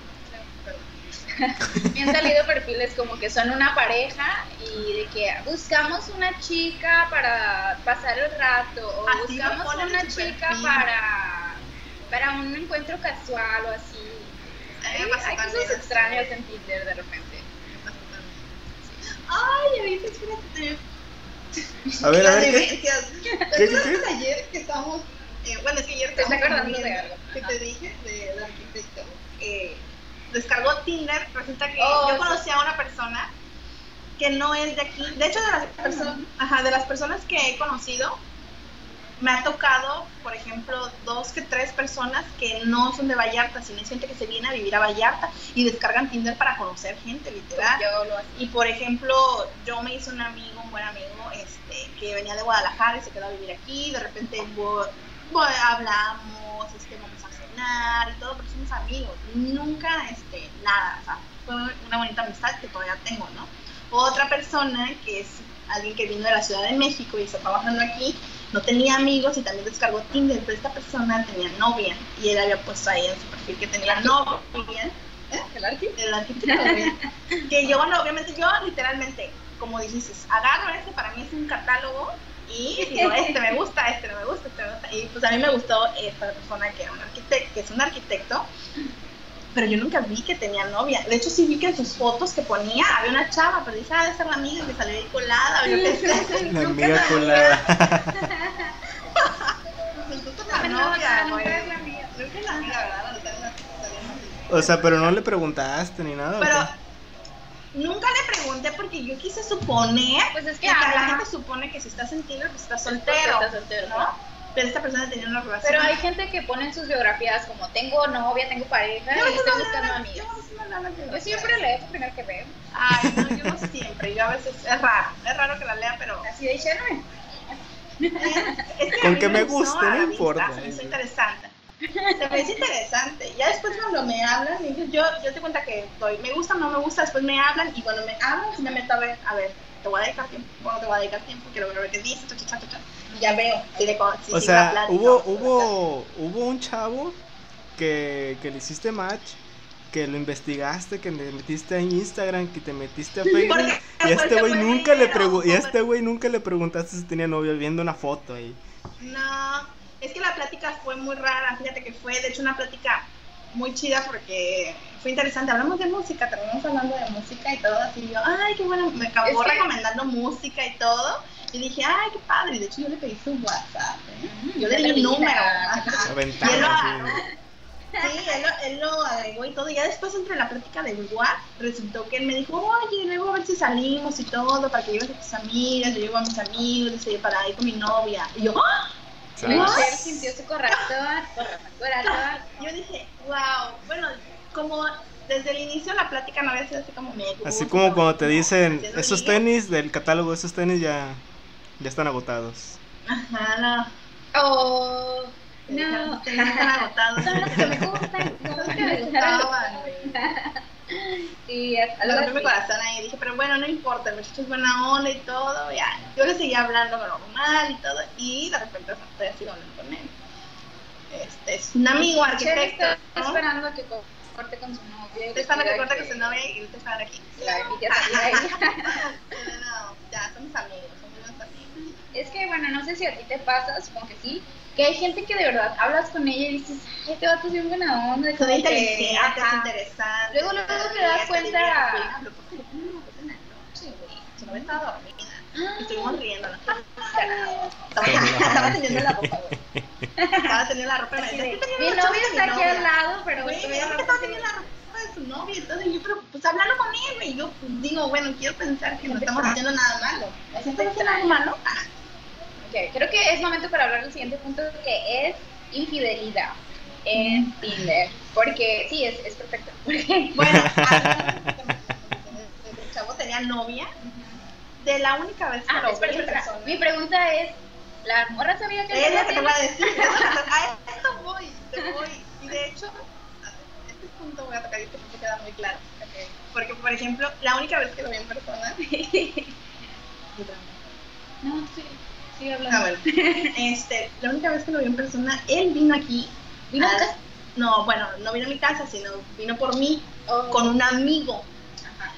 perdón.
Me han salido perfiles como que son una pareja y de que buscamos una chica para pasar el rato o
Así lo
buscamos
ponen en
una
su
chica
perfil.
para, para un encuentro casual o así.
A mí
Hay,
me pasó
hay
también,
cosas extrañas en Tinder de repente.
Ay, ahorita espérate, te-
A ver, a
las
ver, ¿qué?
vivencias.
¿Qué,
¿Te
qué,
acuerdas ayer que estábamos, eh, bueno, es que ayer
Te está
estábamos
acordando de
viendo
algo.
que
Ajá.
te dije de- del arquitecto? Eh, descargó Tinder, resulta que
Oh,
yo
sí.
conocí a una persona que no es de aquí. De hecho, de las, perso- ajá, de las personas que he conocido, me ha tocado, por ejemplo, dos que tres personas que no son de Vallarta, sino es gente que se viene a vivir a Vallarta y descargan Tinder para conocer gente, literal.
Yo lo hacía.
Y por ejemplo, yo me hice un amigo, un buen amigo, este, que venía de Guadalajara y se quedó a vivir aquí. De repente vo- vo- hablamos, este, vamos a cenar y todo, pero somos amigos. Nunca, este, nada, o sea, fue una bonita amistad que todavía tengo, ¿no? Otra persona que es alguien que vino de la Ciudad de México y está trabajando aquí, no tenía amigos y también descargó Tinder, pero esta persona tenía novia y él había puesto ahí en su perfil que tenía novia
¿El arqui?
el arquitecto, güey. que yo, bueno, obviamente, yo literalmente, como dijiste, agarro este, para mí es un catálogo y digo, este me gusta, este no me gusta, este me gusta. Y pues a mí me gustó esta persona que, era un arquitecto, que es un arquitecto, pero yo nunca vi que tenía novia. De hecho, sí vi que en sus fotos que ponía había una chava, pero dice, ah, debe ser la amiga que salió ahí colada. o yo qué sé.
La
Nunca
amiga
sabía.
colada.
Resultó Pues, la
No,
novia,
no,
güey.
nunca es la amiga.
Nunca es la amiga, ¿verdad? Nunca es la- salió la amiga.
O sea, pero no le preguntaste ni nada. ¿o
Pero
qué?
nunca le pregunté porque yo quise suponer
Pues es
que
que
la
ajá.
gente supone que si estás en Tinder pues estás soltero,
Soltero. soltero.
¿no? Pero esta persona tenía una relación.
Pero hay gente que pone en sus biografías como tengo novia, tengo pareja
Yo a
y
veces
estoy
no le
buscando
hablo-
amigas.
yo a veces no le hablo de
Yo
los-
siempre leo lo primero que veo.
Ay, no, yo no siempre. Yo a veces es raro, es raro que la lea, pero
Así de Sherman.
es que
Con
a mí
que me
gustó
guste,
a
no
la vista,
importa.
Se me hizo interesante. Se me hizo interesante. Ya después cuando me hablan, me dicen, yo, yo te cuenta que doy, me gusta, no me gusta, después me hablan y cuando me hablan, sí me meto a ver, a ver, te voy a dedicar tiempo, bueno, te voy a dedicar tiempo, quiero ver qué dices, cha, cha, cha, cha, cha, y ya veo. si le con- si
O
sigue la
sea,
plática,
hubo,
o-
hubo, hubo un chavo que, que le hiciste match, que lo investigaste, que te metiste en Instagram, que te metiste a Facebook.
Porque-
Y a este
porque
güey
fue
nunca le
primero,
pregun- y a
como-
este güey nunca le preguntaste si tenía novio viendo una foto ahí.
No, es que la plática fue muy rara, fíjate que fue de hecho una plática muy chida porque fue interesante, hablamos de música, terminamos hablando de música y todo, así yo, ay, qué bueno, me acabó
Es que-
recomendando música y todo, y dije, ay, qué padre, y de hecho yo le pedí su WhatsApp, ¿eh? yo le di un número, ajá. Y él lo
Aventando.
agarró. Sí, él lo, él lo agregó y todo. Y ya después, entre la plática de WhatsApp, resultó que él me dijo, oye, luego a ver si salimos y todo, para que lleves a tus amigas, yo llevo a mis amigos, dice, para ir con mi novia. Y yo, ¡ah!
así.
Él
¿Sabes?
sintió su corazón, corazón.
yo dije, wow, bueno, como desde el inicio la plática no había sido así como me gusta,
Así como cuando te
no,
dicen,
haciendo
esos
ligue".
tenis del catálogo, esos tenis ya, ya están agotados.
Ajá, no.
Oh,
No,
no.
están agotados.
Son los que me gustan, son los que me gustaban. Sí,
Lo
algo
rompí
así.
mi corazón ahí dije, pero bueno, no importa, el muchacho es buena onda y todo, ya. Yo le seguía hablando normal y todo, y de repente o sea, estoy así hablando con él. este, es un amigo arquitecto.
está
¿no?
esperando a que co- corte con su novia.
Te están a que corte con su Ah. novia y te están aquí.
Y la y ya salí de ahí.
No, no, ya somos amigos, somos unos amigos.
Es que, bueno, no sé si a ti te pasa, supongo que sí, que hay gente que de verdad hablas con ella y dices, ay, te vato es bien buena onda.
Son
como que-
inteligentes,
ajá.
interesantes.
Luego, luego te
Este, Ya
das cuenta-
dijeron, "Oiga, pero ¿por qué no me puse en la noche, güey? Si no me estaba dormida.
Ah.
Y Estuvimos riendo. ¿no? Estaba, estaba teniendo la ropa, güey. Estaba teniendo la ropa.
Así de, Mi novio está aquí al lado, pero
Güey,
estoy hablando
estaba
con
teniendo
él".
la ropa de su novia. Entonces yo, pero pues hablando con él, güey. Yo pues, digo, bueno, quiero pensar que no estamos haciendo nada malo. ¿Sí ¿Estás haciendo algo malo?
Ok, creo que es momento para hablar del siguiente punto que es infidelidad en
Mm.
Tinder. Porque sí, es, es perfecto. Porque,
Bueno, el chavo tenía novia. De la única vez que
ah,
lo vi
espera,
en
espera, espera.
persona.
Mi pregunta es, ¿la morra sabía que
Es
tenía
lo que te voy a decir. A esto voy, te voy. Y de hecho, a este punto voy a tocar y esto me queda muy claro. Porque, por ejemplo, la única vez que lo vi en persona.
No, sí, sigue hablando.
Ah, bueno. Este, la única vez que lo vi en persona, él vino aquí.
Vino
a-
acá.
No, bueno, no vino a mi casa, sino vino por mí
Oh,
con un amigo.
ajá.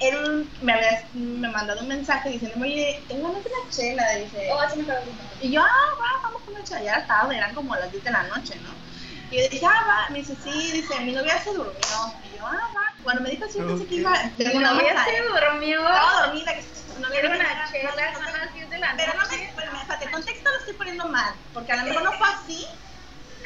Él me había me mandado un mensaje diciéndome, oye, tengo ganas de una chela. Dice,
Oh, sí me acuerdo.
Y yo, ah, va, vamos con una chayada tarde, eran como las 10 de la noche, ¿no? Y yo dije, ah, va, me dice, sí, dice, mi novia se durmió. Y yo, ah, va. Cuando me dijo, sí, pensé que iba, tengo
Mi
una
novia
masa,
se durmió.
estaba dormida, que su novia
Era una
no-
chela,
no-
son las 10 de la noche.
Pero no me, pero me- espérate, el contexto lo estoy poniendo mal, porque a lo mejor no fue así.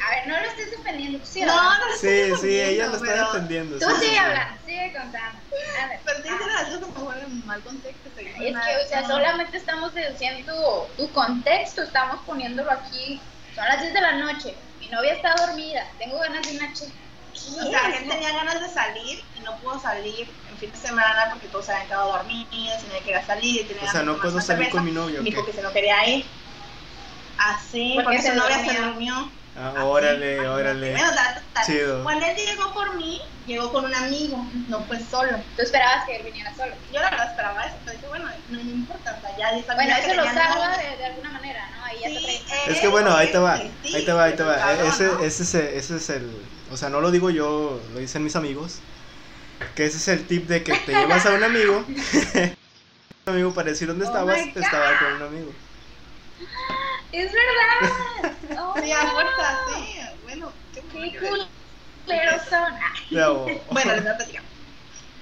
A ver, no lo estés defendiendo. Sí,
No, no lo estoy
Sí, sí, ella lo está
pero-
defendiendo.
Tú
sí, sí, sí.
sigue hablando, sigue contando. A ver.
Pero te
Ah.
dicen las dos como en mal contexto. te dicen
Es
mal-
que, o sea,
no.
solamente estamos deduciendo tu, tu contexto, estamos poniéndolo aquí. Son las 10 de la noche, mi novia está dormida, tengo ganas de una chica.
O sea, él tenía ganas de salir y no pudo salir en fin de semana porque todos se habían quedado dormidos, tenía que ir a salir. Tenía
O sea,
ganas de
no
tomar
puedo
una
salir
cerveza.
con mi novio. ¿o
Me dijo
qué?
que se no quería ir. Así,
Porque
porque,
se
su novia
durmió.
se durmió.
Ah, órale, órale.
Bueno, tal, tal.
Chido.
Cuando él llegó por mí, llegó con un amigo, no fue solo.
Tú esperabas que él viniera solo.
Yo la verdad esperaba eso, pero dije, bueno, no me importa, o sea, ya sabía
Bueno,
que
eso lo
tenía
salva
novio.
de, de alguna manera, ¿no? Ahí ya
Sí,
te trae-
eh,
Es que bueno, ahí te va,
sí, sí,
ahí te va, ahí te va.
cabrón,
E- Ese,
¿no?
ese, es el- ese es el, o sea, no lo digo yo, lo dicen mis amigos, que ese es el tip de que te llevas a un amigo, un amigo para decir dónde
Oh
estabas,
my God.
estaba con un amigo.
¡Es verdad! Oh,
Sí, a
no.
fuerza, sí. Bueno, qué bueno
¡Qué
que-
culeros son! Ah,
Pero,
Bueno, les voy a platicar.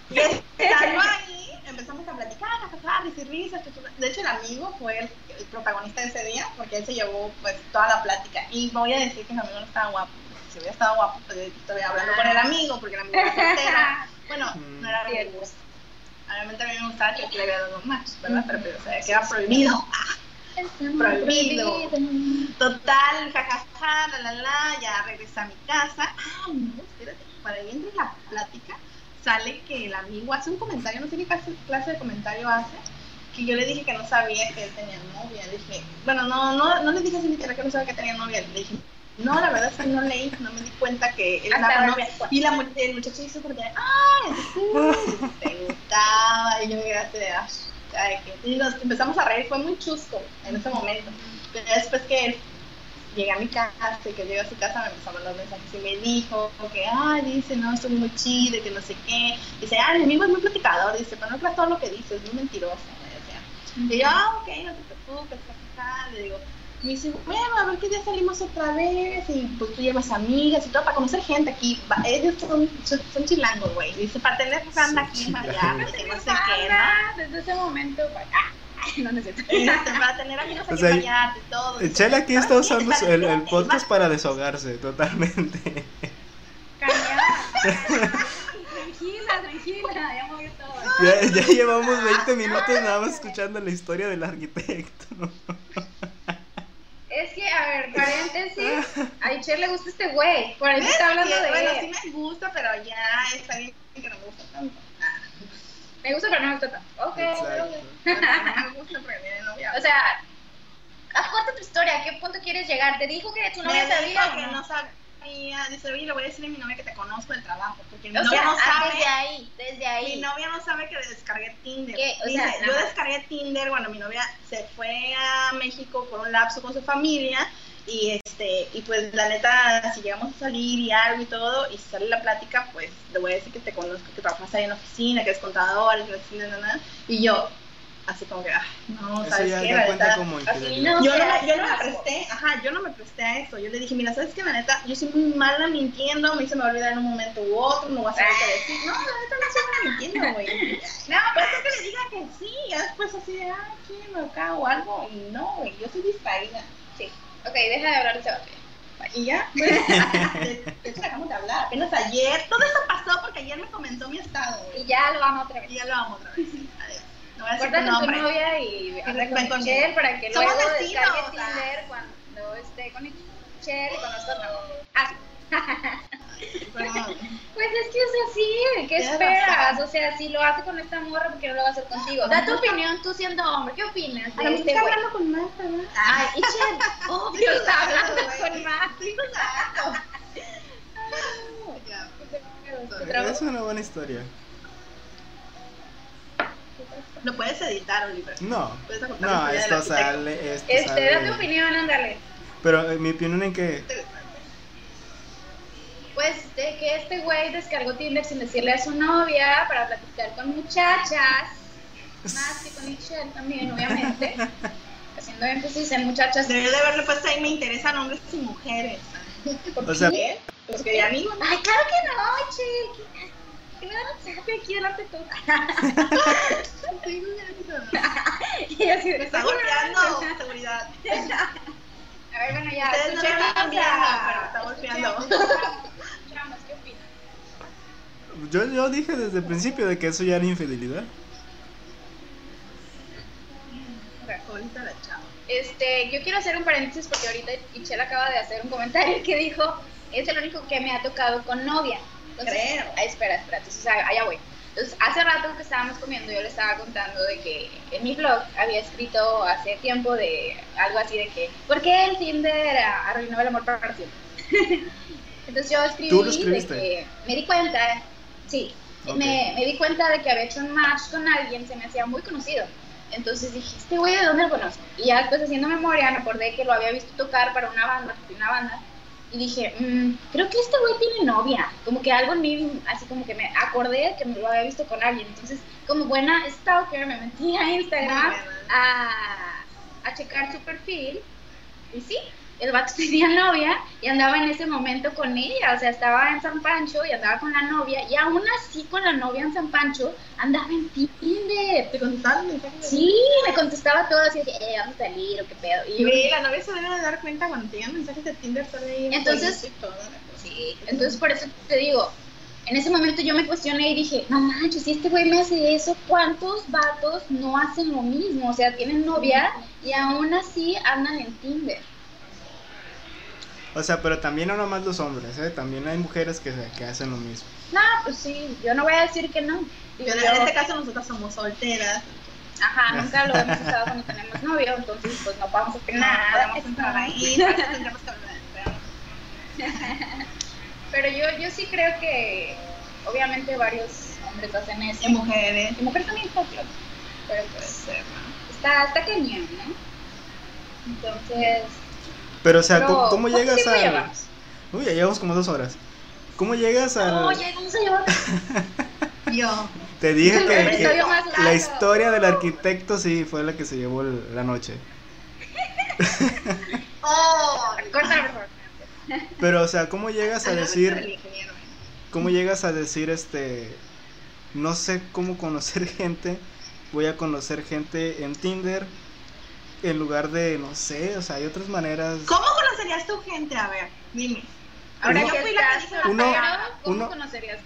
Y estando ahí, empezamos a platicar, a jajar, decir risas. chu, chu, chu. De hecho, el amigo fue el, el protagonista de ese día porque él se llevó pues toda la plática. Y voy a decir que mi amigo no estaba guapo. porque Si hubiera estado guapo, pues yo estuviera hablando con el amigo porque el amigo era soltero.
ah,
Bueno, no era mi
Cierto.
gusto. Obviamente a mí me gustaba que le había dado más, ¿verdad? Pero, pero o sea, que era prohibido. Prohibido. Total, jajaja, la la la, ya regresé a mi casa. Ay, no, espérate, para ahí entre la plática sale que el amigo hace un comentario, no sé qué clase, clase de comentario hace, que yo le dije que no sabía que él tenía novia. Le dije, bueno, no, no, no le dije así literal que no sabía que tenía novia. Le dije, no, la verdad es que no leí, no me di cuenta que él
Hasta
estaba
ahora
novia.
sí fue.
Y la, mu- el muchacho hizo porque, ay, sí, te gustaba. Y yo me quedé así de, "Ah, ay, que-". Y nos empezamos a reír, fue muy chusco en ese momento. Pero después que él llegué a mi casa y que llegué a su casa me empezó a mandar mensajes y me dijo que, ah, dice, no, estoy muy chido, que no sé qué. Dice, ah, el amigo es muy platicador, dice, pero no creas todo lo que dice, es muy mentiroso. ¿no? O sea, y yo, ah, ok, no te preocupes, jajaja, le digo. Me dice, bueno, a ver qué día salimos otra vez y pues tú llevas amigas y todo para conocer gente aquí. Va- Ellos son, son, son chilangos, güey. Dice, para tener banda
Son
aquí, para allá,
chilangos.
que no
Tengo
sé qué, ¿no?
ganas Pues Desde ese momento, pues, ah, no necesito.
Este, para tener amigos
O
aquí
sea,
para allá, de todo.
el
Dice,
Chela aquí está
"Pero sí,
usando su-
para
el,
tener
el
amigos".
podcast para desahogarse, totalmente.
Cañón. Tranquila, tranquila, ya movió todo.
Ya, ya llevamos 20 minutos nada más escuchando la historia del arquitecto. ¿no?
Es que, a ver, paréntesis, a Cher le gusta este güey, por ahí se está hablando
Sí,
de
bueno,
él.
sí me gusta, pero ya es alguien que no me gusta tanto. Ah,
Me gusta, pero no me gusta tanto. Ok.
Exacto.
no me gusta, pero viene novia.
O sea, ah, cuenta tu historia, ¿a qué punto quieres llegar? ¿Te dijo que tu
me
novia
dijo
sabía
que
o
no
no?
sabía. Dice, oye, le voy a decir a mi novia que te conozco del trabajo, porque mi
O
novia
sea,
no
ah,
sabe.
desde ahí, desde
Mi
ahí.
novia no sabe que descargué Tinder.
¿Qué? O
Dice,
sea,
yo
ajá.
descargué Tinder cuando mi novia se fue a México por un lapso con su familia Y este, y pues la neta, si llegamos a salir y algo y todo, y sale la plática, pues le voy a decir que te conozco, que trabajas ahí en la oficina, que eres contador, que eres nada, nada. Y yo, así como que, ah, no,
Eso
¿sabes
ya
qué?
da
La
cuenta
neta,
como
así
infidelidad.
no.
yo no, me, yo no me presté, ajá, yo no me presté a eso. Yo le dije, mira, ¿sabes qué? La neta, yo soy muy mala mintiendo, a mí se me va a olvidar en un momento u otro, no voy a saber qué decir. No, la neta, no soy mala mintiendo, güey. No, pero es que le diga que sí, ya después así de, ah, aquí me acá o algo. Y no, güey, yo soy distraída.
Sí. Ok, deja de hablar de Sebastián.
Y ya, pues, de de hecho, dejamos de hablar. Apenas ayer, todo eso pasó porque ayer me comentó mi estado,
Y
güey.
ya lo vamos otra
Y
vez.
ya lo vamos otra vez. Adiós. No voy a decir tu
Corta con tu
nombre.
novia y habla
ven
con
conmigo.
Cher para que
Somos
luego
vecinos,
descargue
o sea.
Tinder cuando esté con Cher y conozcas a Ah,
Perdón.
pues es que es así, ¿qué
Tienes
esperas?
razón.
O sea, si lo hace con esta morra, ¿por qué no lo va a hacer contigo? Da tu opinión, tú siendo hombre, ¿qué opinas
A
de
lo mejor
este
está
güey?
hablando con Marta, ¿verdad?
Ay, y Cher, obvio, está hablando con más.
Estoy juzgando. Ya, pues,
Este
Pero-
Es una buena historia.
Lo puedes editar, Oliver.
No.
Pues
Puedes acortar
No,
la historia de
esto
la arquitecta.
sale, esto
Este, da tu
sale.
opinión, ándale.
Pero eh, mi opinión en que
Pues de que este güey descargó Tinder sin decirle a su novia para platicar con muchachas, más que con Michelle también, obviamente. Haciendo énfasis en muchachas.
Debería de haberle puesto ahí, me interesan hombres y mujeres.
O sea-
¿Qué? Pues que ya amigos.
Ay, claro que no, che. que- Que me dan un sape aquí delante de todo.
Estoy juzgando.
Y así de
Me está golpeando, seguridad.
A ver, bueno, ya.
Ustedes no me
escuchemos
están golpeando,
a-
pero me está golpeando.
Escuchamos, ¿qué opinas?
yo, yo dije desde el principio de que eso ya era infidelidad.
Ahorita la chava.
Este, yo quiero hacer un paréntesis porque ahorita Michelle acaba de hacer un comentario que dijo, es el único que me ha tocado con novia. Entonces,
Creo.
Ah, espera, espera, entonces ah, allá voy. Entonces, hace rato que estábamos comiendo, yo le estaba contando de que en mi blog había escrito hace tiempo de algo así de que, ¿por qué el Tinder ah, arruinó el amor para siempre? entonces yo escribí
¿Tú lo
de
escribiste?
que me di cuenta, sí,
Ok.
me, me di cuenta de que había hecho un match con alguien, se me hacía muy conocido. Entonces dije, este güey, ¿de dónde lo conozco? Y ya después haciendo memoria me acordé que lo había visto tocar para una banda, porque una banda. Y dije, "Mm, creo que este güey tiene novia. Como que algo en mí, así como que me acordé que me lo había visto con alguien. Entonces, como buena stalker, me metí a Instagram
Muy buena.
a, a checar su perfil. Y sí, el vato tenía novia y andaba en ese momento con ella, o sea, estaba en San Pancho y andaba con la novia, y aún así con la novia en San Pancho andaba en Tinder.
¿Te contestaron mensajes?
Sí, me contestaba todo así, de, eh, vamos a salir o qué pedo. Y
Y
yo,
ve, la novia se debe de dar cuenta cuando te llegan mensajes de Tinder, sale ahí. en
Entonces-
Facebook y toda la cosa.
sí, entonces por eso te digo, en ese momento yo me cuestioné y dije, no manches, si este güey me hace eso, ¿cuántos vatos no hacen lo mismo? O sea, tienen novia y aún así andan en Tinder.
O sea, pero también no nomás los hombres, ¿eh? También hay mujeres que, que hacen lo mismo.
No, pues sí, yo no voy a decir que no. Digo,
Pero
yo-
en este caso nosotras somos solteras.
Ajá, nunca lo hemos usado cuando tenemos novio, entonces pues no podemos hacer nada.
vamos a entrar ahí, no tendremos que hablar. pero-
Pero yo, yo sí creo que obviamente varios hombres hacen eso.
Y mujeres.
Y mujeres también está claro. Pero
Puede
pues
ser, ¿no?
está, está cañón, ¿no? Entonces...
Pero, o sea,
pero,
¿cómo, cómo
¿cuánto
llegas
tiempo
a...?
llevamos?
Uy, ya llevamos como dos horas. ¿Cómo llegas al...?
No, ya vamos a llevar
Yo.
Te dije
el
que, que
episodio más largo.
la historia del arquitecto sí fue la que se llevó el- la noche.
Oh,
Corta, por favor.
Pero, o sea, ¿cómo
Ah,
llegas a
El
decir,
ingeniero.
cómo llegas a decir, este, no sé cómo conocer gente, voy a conocer gente en Tinder, en lugar de, no sé, o sea, hay otras maneras.
¿Cómo conocerías tu gente? A ver, dime.
Ahora
Uno-
que fui la que
hizo
uno-
¿cómo
uno-
conocerías?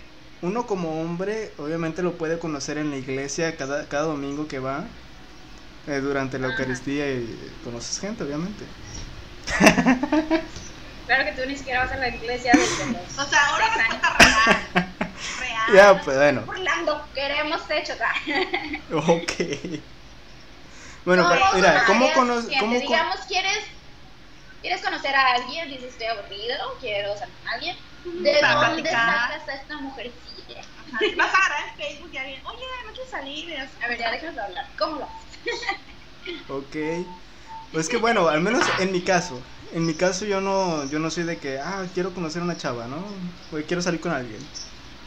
Uno como hombre, obviamente lo puede conocer en la iglesia cada, cada domingo que va, eh, durante la
Ajá.
Eucaristía y conoces gente, obviamente.
Claro que tú ni siquiera vas a la iglesia desde los...
O sea, ahora
Seis
respuesta real.
Ah.
Real.
Ya, pues bueno,
Orlando, queremos hechos. ah.
ok. Bueno,
No,
pero,
vamos
mira,
a
¿cómo
varias
conoces,
gente.
cómo con-
digamos, ¿quieres, quieres conocer a alguien, dices estoy aburrido, quiero salir con alguien. ¿De
Para
dónde
platicar.
sacas a esta mujercilla?
Ajá. Vas a agarrar el Facebook y alguien, oye, no quieres salir. Y así.
A ver, ya déjanos de hablar. ¿Cómo lo haces?
Ok. Pues que bueno, al menos en mi caso, en mi caso yo no, yo no soy de que, ah, quiero conocer a una chava, ¿no? O quiero salir con alguien.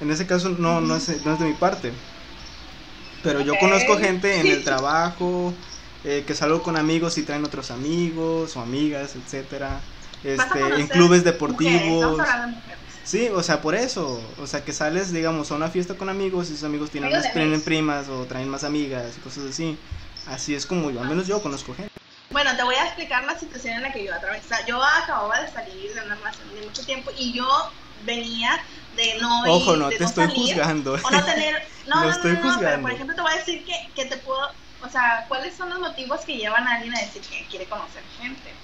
En ese caso no, no, es, no es de mi parte. Pero yo
Ok.
conozco gente en el trabajo, eh, que salgo con amigos y traen otros amigos o amigas, etcétera.
Vas a
Este, en
conocer
clubes
Mujeres,
deportivos.
vamos a hablar de mujeres.
Sí, o sea, por eso. O sea, que sales, digamos, a una fiesta con amigos y esos amigos tienen,
Amigos
unas-
de
tienen
amigos.
primas o traen más amigas y cosas así. Así es como yo, al menos yo conozco gente.
Bueno, te voy a explicar la situación en la que yo atravesaba. Yo acababa de salir de una relación de mucho tiempo y yo venía de no ir,
Ojo, no
de
te estoy
salir,
juzgando.
O no tener. No,
No
no, no,
estoy
no, no, pero
juzgando.
por ejemplo, te voy a decir que, que te puedo. O sea, ¿cuáles son los motivos que llevan a alguien a decir que quiere conocer gente?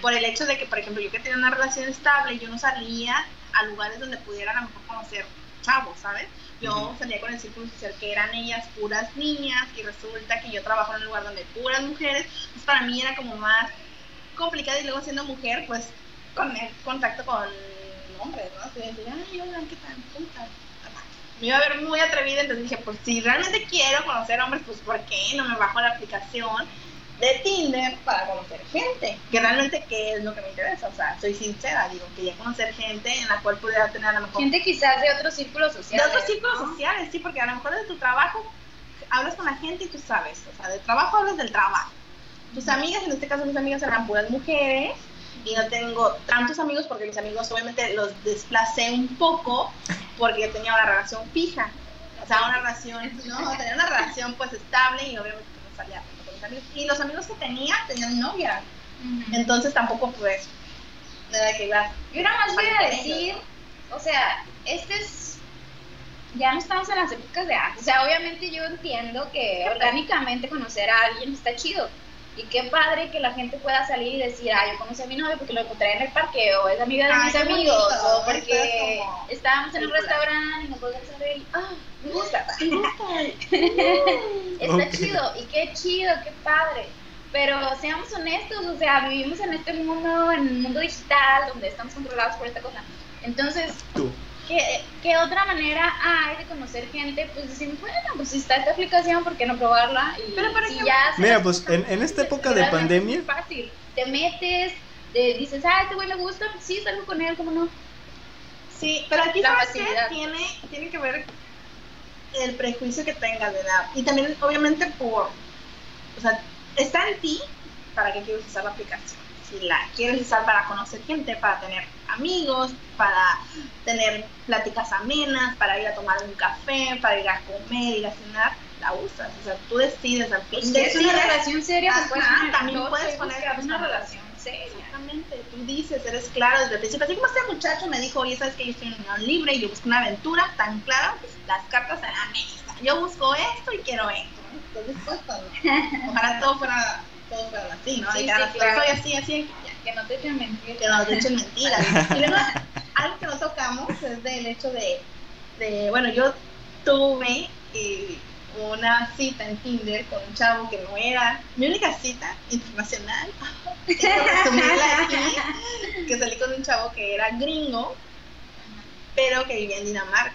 por el hecho de que, por ejemplo, yo que tenía una relación estable, yo no salía a lugares donde pudiera a lo mejor conocer chavos, ¿sabes? Yo
Ujú.
salía con el círculo social que eran ellas puras niñas y resulta que yo trabajo en un lugar donde puras mujeres, pues para mí era como más complicado y luego siendo mujer, pues con el contacto con hombres, ¿no? Así de decir, ay, hola, ¿qué tal? ¿Cómo estás? Ajá. Me iba a ver muy atrevida, entonces dije, pues si realmente quiero conocer hombres, pues ¿por qué no me bajo la aplicación de Tinder para conocer gente, que realmente qué es lo que me interesa, o sea, soy sincera, digo, quería conocer gente en la cual pudiera tener a lo mejor
Gente quizás de otros círculos
de
sociales.
otros círculos
¿no?
sociales, sí, porque a lo mejor de tu trabajo hablas con la gente y tú sabes, o sea, de trabajo hablas del trabajo. Tus amigas, en este caso mis amigas eran puras mujeres y no tengo tantos amigos porque mis amigos obviamente los desplacé un poco porque yo tenía una relación fija, o sea, una relación, no, tenía una relación pues estable y obviamente pues, no salía tanto con mis amigos. Y los amigos que tenía tenían novia,
Ujú.
entonces tampoco pues, era que iba
Yo nada más voy a decir, o sea, este es. Ya no estamos en las épocas de antes. O sea, obviamente yo entiendo que orgánicamente conocer a alguien está chido. Y qué padre que la gente pueda salir y decir, ah, yo conocí a mi novia porque lo encontré en el parque, o es amiga de
Ay,
mis
qué
amigos,
bonito,
o
estás
porque
como
estábamos en un
película.
restaurante y nos volvemos a ver y, ah, me gusta, me gusta. Está
Ok.
chido, y qué chido, qué padre. Pero seamos honestos, o sea, vivimos en este mundo, en un mundo digital, donde estamos controlados por esta cosa. Entonces,
Tú.
¿qué, qué otra manera hay de conocer gente? Pues decimos, bueno, pues si está esta aplicación, ¿por qué no probarla? Y
Pero, por
si
ejemplo-
ya se-
Mira, pues en, en esta época de
realmente es
pandemia,
muy fácil. Te metes, te dices, ah, este güey le gusta, sí, salgo con él, ¿cómo no?
Sí, pero aquí
La
¿sabes qué?
facilidad.
tiene, tiene que ver el prejuicio que tengas de edad. Y también, obviamente, por. O sea, está en ti para qué quieres usar la aplicación. Si la quieres usar para conocer gente, para tener amigos, para tener pláticas amenas, para ir a tomar un café, para ir a comer, ir a cenar, la usas. O sea, tú decides al fin.
Si Pues es una
Pues, Decides-
relación seria, pues
Ajá,
puedes poner
también
dos,
puedes
estoy
poner
buscando una
dos.
relación seria.
Exactamente, tú dices, eres claro desde el principio. Así como este muchacho me dijo, oye, sabes que yo estoy en unión libre y yo busco una aventura, tan claro, pues, las cartas en la mesa. Yo busco esto y quiero esto. ¿no? Entonces, pues, todo. Ojalá todo fuera, todo fuera así, ¿no?
Sí, sí,
Dijeras, "Yo
claro.
soy así, así, ya,
Que no te echen mentiras.
que nos echen mentiras. Y luego, algo que no tocamos es del hecho de, de bueno, yo tuve eh, una cita en Tinder con un chavo que no era mi única cita internacional. Quiero resumirla aquí, que salí con un chavo que era gringo, pero que vivía en Dinamarca.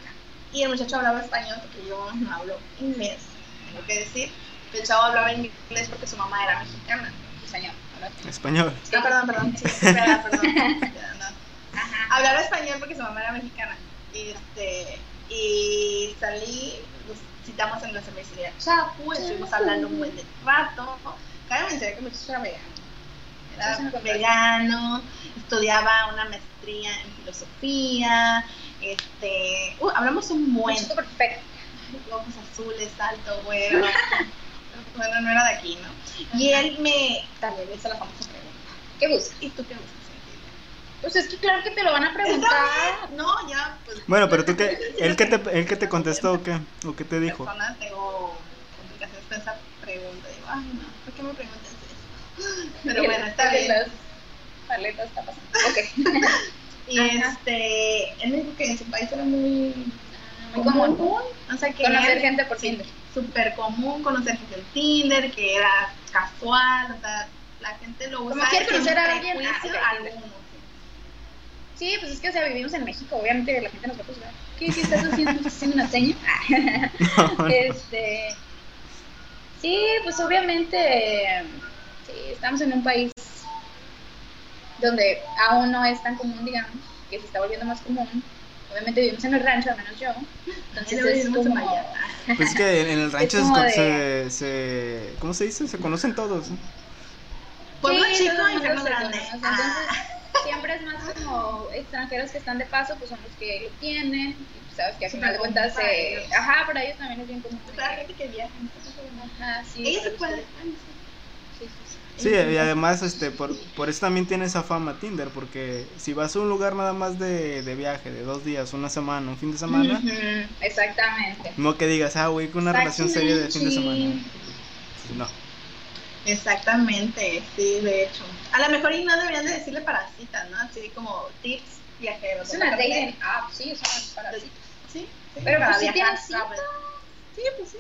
Y el muchacho hablaba español porque yo no hablo inglés, tengo que decir. El chavo hablaba inglés porque su mamá era mexicana.
Señor, ahora sí.
español.
Ah, perdón, perdón, sí, espera, perdón. Ya, no.
Ajá.
Hablaba español porque su mamá era mexicana. Y, este, y salí, nos citamos en la cervecería Chapu, estuvimos hablando un buen rato. ¿no? Cabe mencionar que el muchacho era vegano.
Es una
Era
contradicción.
vegano, estudiaba una maestría en filosofía. Este, uh, hablamos un buen
Mucho perfecto.
ojos azules, alto, bueno. bueno, no era de aquí, ¿no? Y él me. También hizo la famosa pregunta.
¿Qué buscas?
¿Y tú qué buscas en Tinder?
Pues es que claro que te lo van a preguntar.
Está bien, Ah, No, ya, pues.
Bueno, pero tú qué, el que te, el que te contestó o qué, o qué te dijo.
Personas tengo complicaciones con esa pregunta. Digo, ay, no, ¿por qué me preguntas eso? Pero bueno, está bien.
Paletas, paletas está pasando. Ok.
Y
Ajá.
este, él me dijo que en su país era muy.
Muy común.
O sea, que
Conocer
era
gente por Tinder.
súper común conocer gente en Tinder, que era casual, o sea, la gente lo usa.
Como quiere
sin
conocer a alguien,
prejuicio
ah, ok.
alguno.
Sí, pues es que o sea, vivimos en México, obviamente la gente nos va a juzgar. ¿Qué, qué estás haciendo? ¿Estás haciendo una seña? Ah.
No, no.
este, sí, pues obviamente Sí, estamos en un país donde aún no es tan común, digamos, que se está volviendo más común. Obviamente vivimos en el rancho, al menos yo. Entonces es
vivimos en
como...
Vallarta.
Pues es que en en el rancho se,
Es como
con-
de-
se, se- ¿Cómo se dice? Se conocen todos. ¿no?
Pueblo
Sí,
chico,
todo el mundo
infierno
se
grande.
conoce,
Ah.
Entonces, siempre es más como extranjeros que están de paso, pues son los que lo tienen. Y pues, sabes que al
Sí,
final de
pero
cuentas,
para
eh,
ellos.
ajá, para ellos también es bien común.
Para la gente que viaja. entonces, bueno.
Ajá, sí.
Ella se
pero
puede.
ustedes- sí, sí,
Sí, y además este, por, por eso también tiene esa fama Tinder, porque si vas a un lugar nada más de, de viaje, de dos días, una semana, un fin de
sí.
semana,
Ujú, Exactamente.
no que digas, ah, güey, con una relación seria de fin de semana.
Sí.
Pues no.
Exactamente, sí, de hecho. A lo mejor y no deberían de decirle parasita, ¿no? Así como tips viajeros.
Es una
Aparte-
dating app, ah, sí, o sea, para
Sí, sí.
Pero
para
pues sí
viajar,
tiene cita.
¿sabes? Sí, pues sí.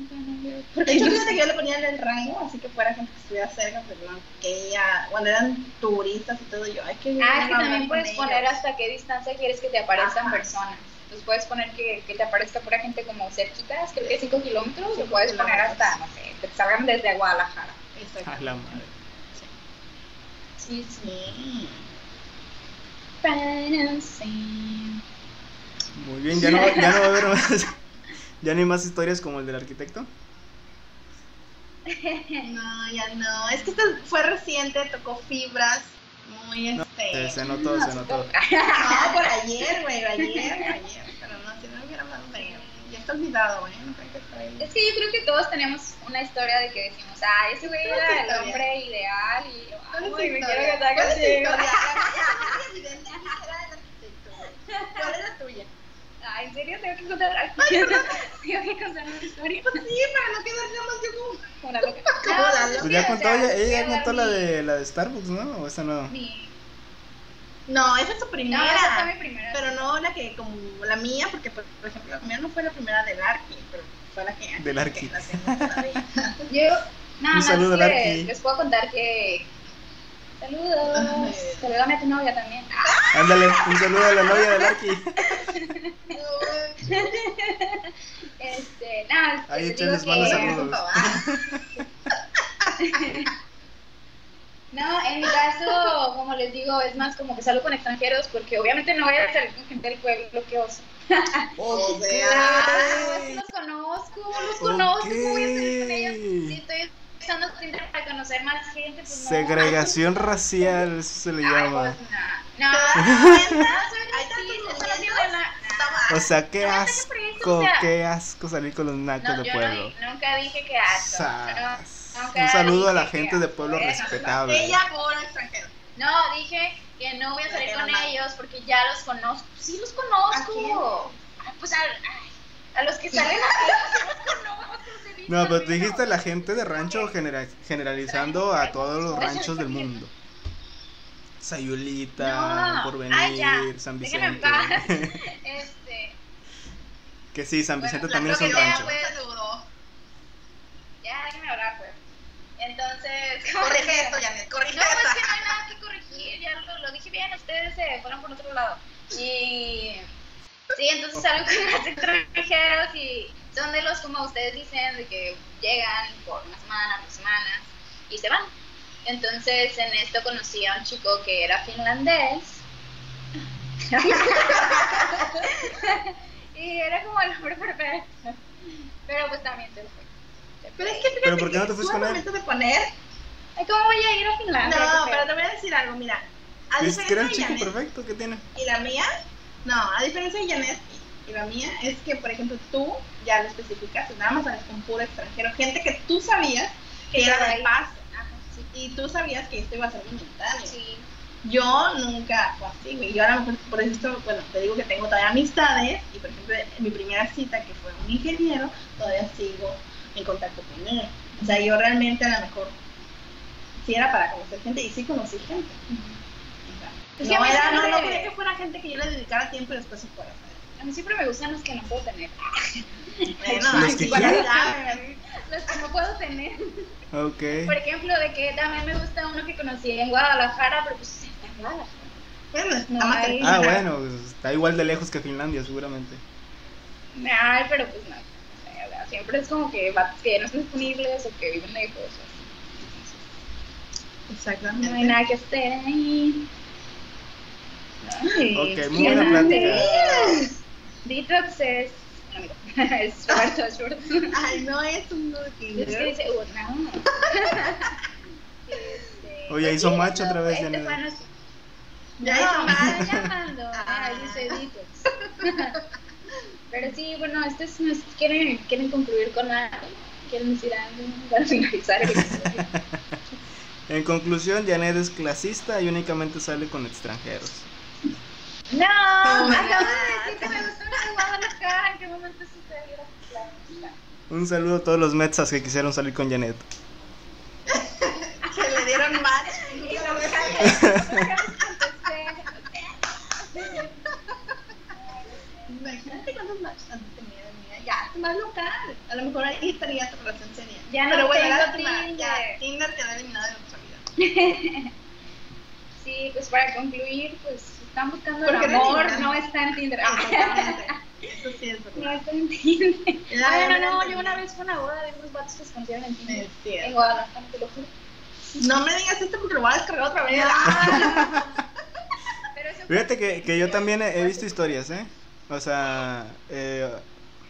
De
Porque
hecho,
yo
fíjate que yo le ponía en el rango, así que fuera gente que estuviera cerca, pero no, que ella, cuando eran turistas y todo, yo, ay, qué bien.
Ah, es que
hablar
también
con
puedes
ellos.
poner hasta qué distancia quieres que te aparezcan
Ajá.
personas. Entonces puedes poner que, que te aparezca pura gente como cerquitas, creo que 5 kilómetros, o
Cinco
puedes poner
kilómetros.
hasta, no sé, que te salgan desde Guadalajara.
Exacto.
A la madre.
Sí, sí.
Sí.
Muy bien, ya no, ya no va a haber más. Ya no hay más historias como el del arquitecto.
No, ya no. Es que esto fue reciente, tocó fibras. Muy
Se,
este.
se notó, se notó.
No, por ayer, güey, ayer, ayer. Pero no, si no hubiera hablado de Ya está olvidado, güey. No creo que fue ahí.
Es que yo creo que todos tenemos una historia de que decimos, ah, ese güey
¿Cuál es
era
tu
el
historia?
hombre ideal y yo, ay,
¿Cuál es tu
me quiero
historia?
casar
¿Cuál es
contigo.
tu historia? Ya, ya, ya, ya, evidente, era el arquitecto, güey. ¿Cuál era tuya?
Ay, Ah, ¿en serio tengo que contar? tengo que contar una historia.
Pues sí, para no quedar nada más de como.
Una loca.
Como
No,
la
sí,
loca.
Pues
o
ya
sea,
contó, ella,
sí
ella
quiero
contó
dar
la
mi-
de, la de Starbucks, ¿no? O esa no.
mi-
No, esa es su
No,
primera.
esa fue mi primera.
Pero no la que, como la mía, porque por, por ejemplo, la mía no fue la primera del Arqui, pero fue la que.
Del Arqui.
que la tengo todavía.
Yo nada
Un
más
saludo al Arqui.
les, les puedo contar que saludos,
Ay.
saludame a tu novia también. Ah,
Ándale, un saludo a la novia del arqui.
Este, nada,
Ahí
les
échales
digo
malos
que-
saludos.
Por favor.
No, en mi caso, como les digo, es más como que salgo con extranjeros porque obviamente no voy a salir con gente del pueblo que oso.
O
Ah,
sea.
es que los conozco, los conozco, ¿cómo voy a salir con ellos?
Ok.
Si estoy usando Tinder para conocer más gente, pues no.
Segregación racial, eso se le
Ay,
llama.
pues, no, no.
Ah,
O sea, qué
No, no te
asco,
preocupes, o sea-
qué asco salir con los nacos
No,
de
yo
pueblo.
no di- nunca dije que asco.
Sas.
no, nunca
Un saludo a la
dije que
gente de
asco,
pueblo
eh, no,
respetable.
Ella por extranjero.
No, no, dije que no voy a salir
Pero
con
no.
ellos porque ya los conozco. Sí, los
¿A
conozco.
quién?
Ah, pues a, ay, a los que salen aquí, sí los conozco. te digo,
No, pero
amigo.
tú dijiste la gente de rancho genera- generalizando a todos los ranchos del mundo. Sayulita,
No. Ay, ya.
Porvenir, San
Déjenme en
Vicente.
paz. Este,
que sí, San
Bueno,
Vicente
la
también es un
creo que ya
rancho.
pues,
fue-
Saludo.
ya déjenme hablar, pues. Entonces,
Corrige esto, Janet,
No, es
corrige
que no
esto.
hay nada que corregir, ya lo, lo dije bien, ustedes se fueron por otro lado. Y sí, entonces salgo con los extranjeros y son de los, como ustedes dicen, de que llegan por una semana, dos semanas y se van. Entonces en esto conocí a un chico que era finlandés. y era como el hombre perfecto. Pero pues también se fue. Se
Pero es
fue.
que fíjate
Pero ¿por qué no te
que
fuiste
tú al
con él?
momento de poner.
Ay, ¿Cómo voy a ir a Finlandia?
No,
Qué feo.
Ah, pero te voy a decir algo, mira. A
Es que era el
diferencia
chico
de Janet
perfecto que tiene.
y la mía, no, a diferencia de Janet y la mía, es que, por ejemplo, tú ya lo especificaste, nada más sales con puro extranjero, gente que tú sabías que
Que
era
era
de
ahí.
paso.
Ajá, sí.
Y tú sabías que esto iba a ser momentáneo.
Ah, Sí.
Yo nunca fue así, güey. Yo a lo mejor, por esto, bueno, te digo que tengo todavía amistades. Y por ejemplo, en mi primera cita, que fue un ingeniero, todavía sigo en contacto con él. O sea, yo realmente a lo mejor sí era para conocer gente y sí conocí gente. O
Es que
sea, no,
a mí
era, no,
siempre-
no quería que fuera gente que yo le dedicara tiempo y después se fuera. ¿sabes?
A mí siempre me gustan los que no puedo tener.
Bueno,
Los que
sí, para
quieran.
allá,
Los que no puedo tener. Por
Ok.
ejemplo, de que también me gusta uno que conocí en Guadalajara, pero pues está en Guadalajara.
Bueno,
No,
amate.
ahí.
Ah, bueno, pues, está igual de lejos que Finlandia, seguramente.
Ay, pero pues no. O sea, Siempre es como que vatos que ya no están disponibles o que viven lejos. o así.
Exactamente.
No hay nada que hacer ahí.
Ok, muy buena plática.
Detox es. no, amigo, es short, es short.
Ay, no es un looking.
Es que
girl.
dice, "Oh, no. Este,
Oye, hizo
sí,
macho
no,
otra vez,
este
ya
fue
no-
nuestro-
Ya
no,
hizo
me
mal.
está Ah. llamando. Ah, dice detox. Pero sí, bueno, este es nuestro- ¿Quieren, ¿Quieren concluir con algo? ¿Quieren decir algo para finalizar el episodio?
En conclusión, Janet es clasista y únicamente sale con extranjeros.
No, acabo de
my
decir
God.
que me gustó la de Guadalajara. ¿En qué momento sucedió la clasista?
Un saludo a todos los mexas que quisieron salir con Janet.
Que le dieron match.
Y lo mejor
Imagínate cuántos matches han tenido, mía. Ya, es más local. A lo mejor ahí estaría tu relación seria.
Ya no
Pero bueno,
tengo
lástima,
Tinder.
Ya, Tinder quedó eliminado de nuestra vida.
Sí, pues para concluir, pues están buscando el
¿Por qué no
amor,
eliminamos?
no está en Tinder.
Exactamente. Eso sí es
No
verdad.
está en Tinder.
La
Bueno,
verdad
Ah, no,
es
yo una vez fue a una boda de unos vatos que se conocieron en Tinder.
Es cierto.
En Guadalajara, te lo juro.
No me digas esto porque lo voy a descargar otra vez. Ah,
Pero eso fue-
Fíjate que, que yo también he, he visto historias, ¿eh? O sea, eh,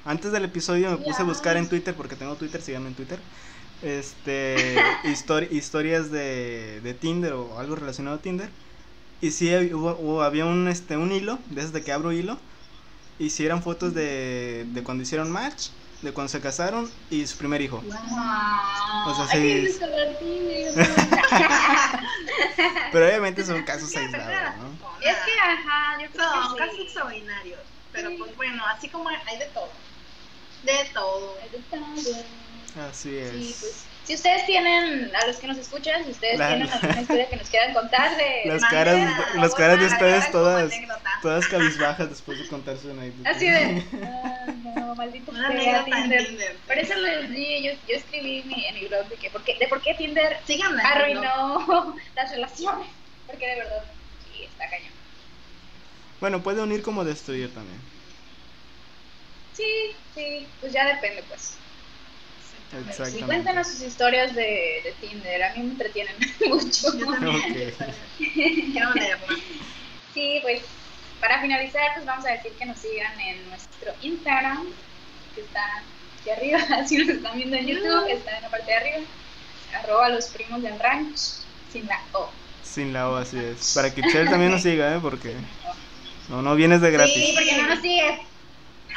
antes del episodio me puse a buscar en Twitter, porque tengo Twitter, síganme en Twitter. Este, histori- historias de, de Tinder o algo relacionado a Tinder. Y sí, hab- hubo- hubo- había un, este, un hilo, desde que abro hilo. Y sí eran fotos de, de cuando hicieron match, de cuando se casaron y su primer hijo.
Wow.
O sea, sí.
Hay que descargar Tinder.
Pero obviamente son casos aislados, ¿no?
Es que, ajá, yo creo
Son
que
casos
sí.
extraordinarios. Pero pues bueno, así como hay de todo. De todo.
Así es.
Sí, pues, si ustedes tienen, a los que nos escuchan, si ustedes
La-
tienen alguna historia que nos quieran contar de...
Las
manden,
caras-
por favor,
las caras de
a-
ustedes
Ahora como
todas-
anécdota.
Todas cabizbajas después de contar su anécdota.
Así de... "Ah, no, maldito
Una
sea
anécdota en
Tinder".
Tinder.
Por eso les di, yo, yo escribí mi- en mi blog de, que, por qué- de por qué Tinder
Síganme.
arruinó las relaciones. Porque de verdad, sí, está cañón.
Bueno, puede unir como destruir también.
Sí, sí, pues ya depende, pues.
Exactamente.
Y cuéntanos sus historias de, de Tinder, a mí me entretienen mucho.
Yo también.
Ok.
Quiero leerla.
Sí, pues para finalizar, pues vamos a decir que nos sigan en nuestro Instagram, que está aquí arriba, si nos están viendo en
Ah.
YouTube, está en la parte de arriba, arroba los primos del ranch, sin la O.
Sin la O, así es. Para que Chel también nos siga, ¿eh? Porque no, no vienes de gratis.
Sí, porque no nos sigues.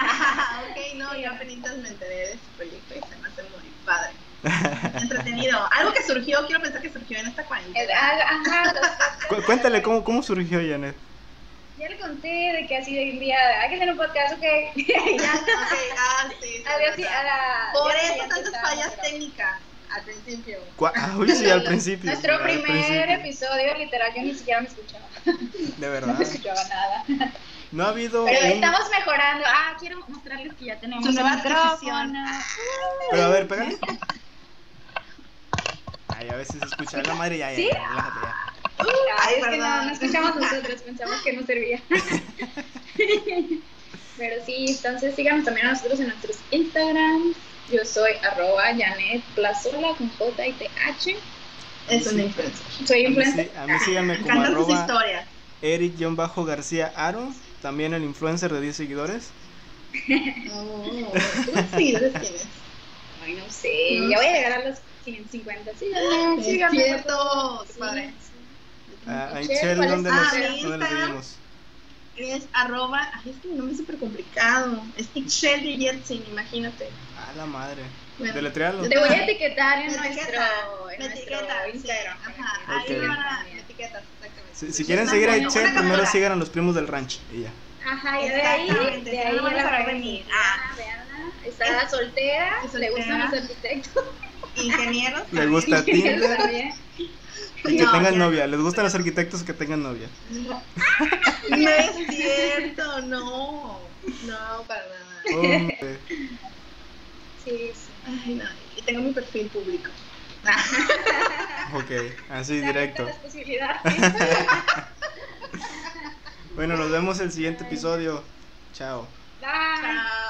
Ah, ok, no, yo apenas me enteré de este proyecto y se me hace muy padre. Entretenido. Algo que surgió, quiero pensar que surgió en esta
Es-
cuarentena.
ah, Ajá, los-
Cu- cuéntale cómo, cómo surgió Janet.
ya le conté de que así de un día, hay que hacer un podcast, ok.
Ya, ok, ah, sí. sí,
Algo así,
verdad.
a la-
Por
ya
eso
ya
tantas
empezamos,
fallas
pero-
técnicas al principio.
Cua- ah, Uy, sí, al principio.
Nuestro
al
primer
principio.
episodio, literal, yo ni siquiera me escuchaba.
De
No
verdad.
me escuchaba nada.
No ha habido.
Pero
un-
estamos mejorando. Ah, quiero mostrarles que ya tenemos
Su
un
nueva
micrófono.
Pero a ver, pégale. Ay, a veces se escucha. A la madre, ya, ya,
¿Sí?
ya, relájate, ya.
Ay, Ah, es que
perdón.
no, no escuchamos nosotros, pensamos que no servía. Pero sí, entonces síganos también a nosotros en nuestros Instagram. Yo soy arroba Janet Plazola con J y TH.
Es
Sí.
una influencer.
Soy
A mí,
influencer.
sí- a mí síganme
Me
como
encantan sus
arroba
historias.
Eric-García Aro, también el influencer de 10 seguidores.
Oh, ¿Cuántos seguidores tienes?
Ay, no sé,
No
ya voy a llegar a los 150. Sí,
Es
sí,
cierto, qué padre.
Ah, ahí,
Chel,
Chel,
¿cuál es
¿dónde
tu
nos,
Instagram?
dónde nos seguimos?
Es arroba, ay, es que mi nombre es súper complicado. Es Ixchel de Yeltsin, imagínate.
A la madre.
Bueno,
Deletrealo.
Te voy a etiquetar en
Me
nuestro,
etiqueta,
en
me
nuestro
etiqueta, sí,
Instagram.
Ajá,
Ok.
ahí me van a me etiquetas, exactamente.
Si, si quieren seguir a Chel, primero sigan a los primos del ranch. Y ya.
Ajá, y de ahí,
Exactamente,
de
si no,
ahí
no
ya
vamos
la
a ver
pueden
venir.
seguir. Ah, veanla, Está soltera,
Es
le
soltera.
gustan los arquitectos.
Ingenieros.
Le gusta Tinder
también.
y que
No,
tengan
ya.
novia. Les gustan los arquitectos que tengan novia.
No es cierto, no. No, para nada.
Hombre.
Sí, sí.
Ay, no. Y tengo mi perfil público.
ok, así
Se
directo.
aumentan Las posibilidades.
Bueno, nos vemos el siguiente episodio. Chao.
Bye.
Chao.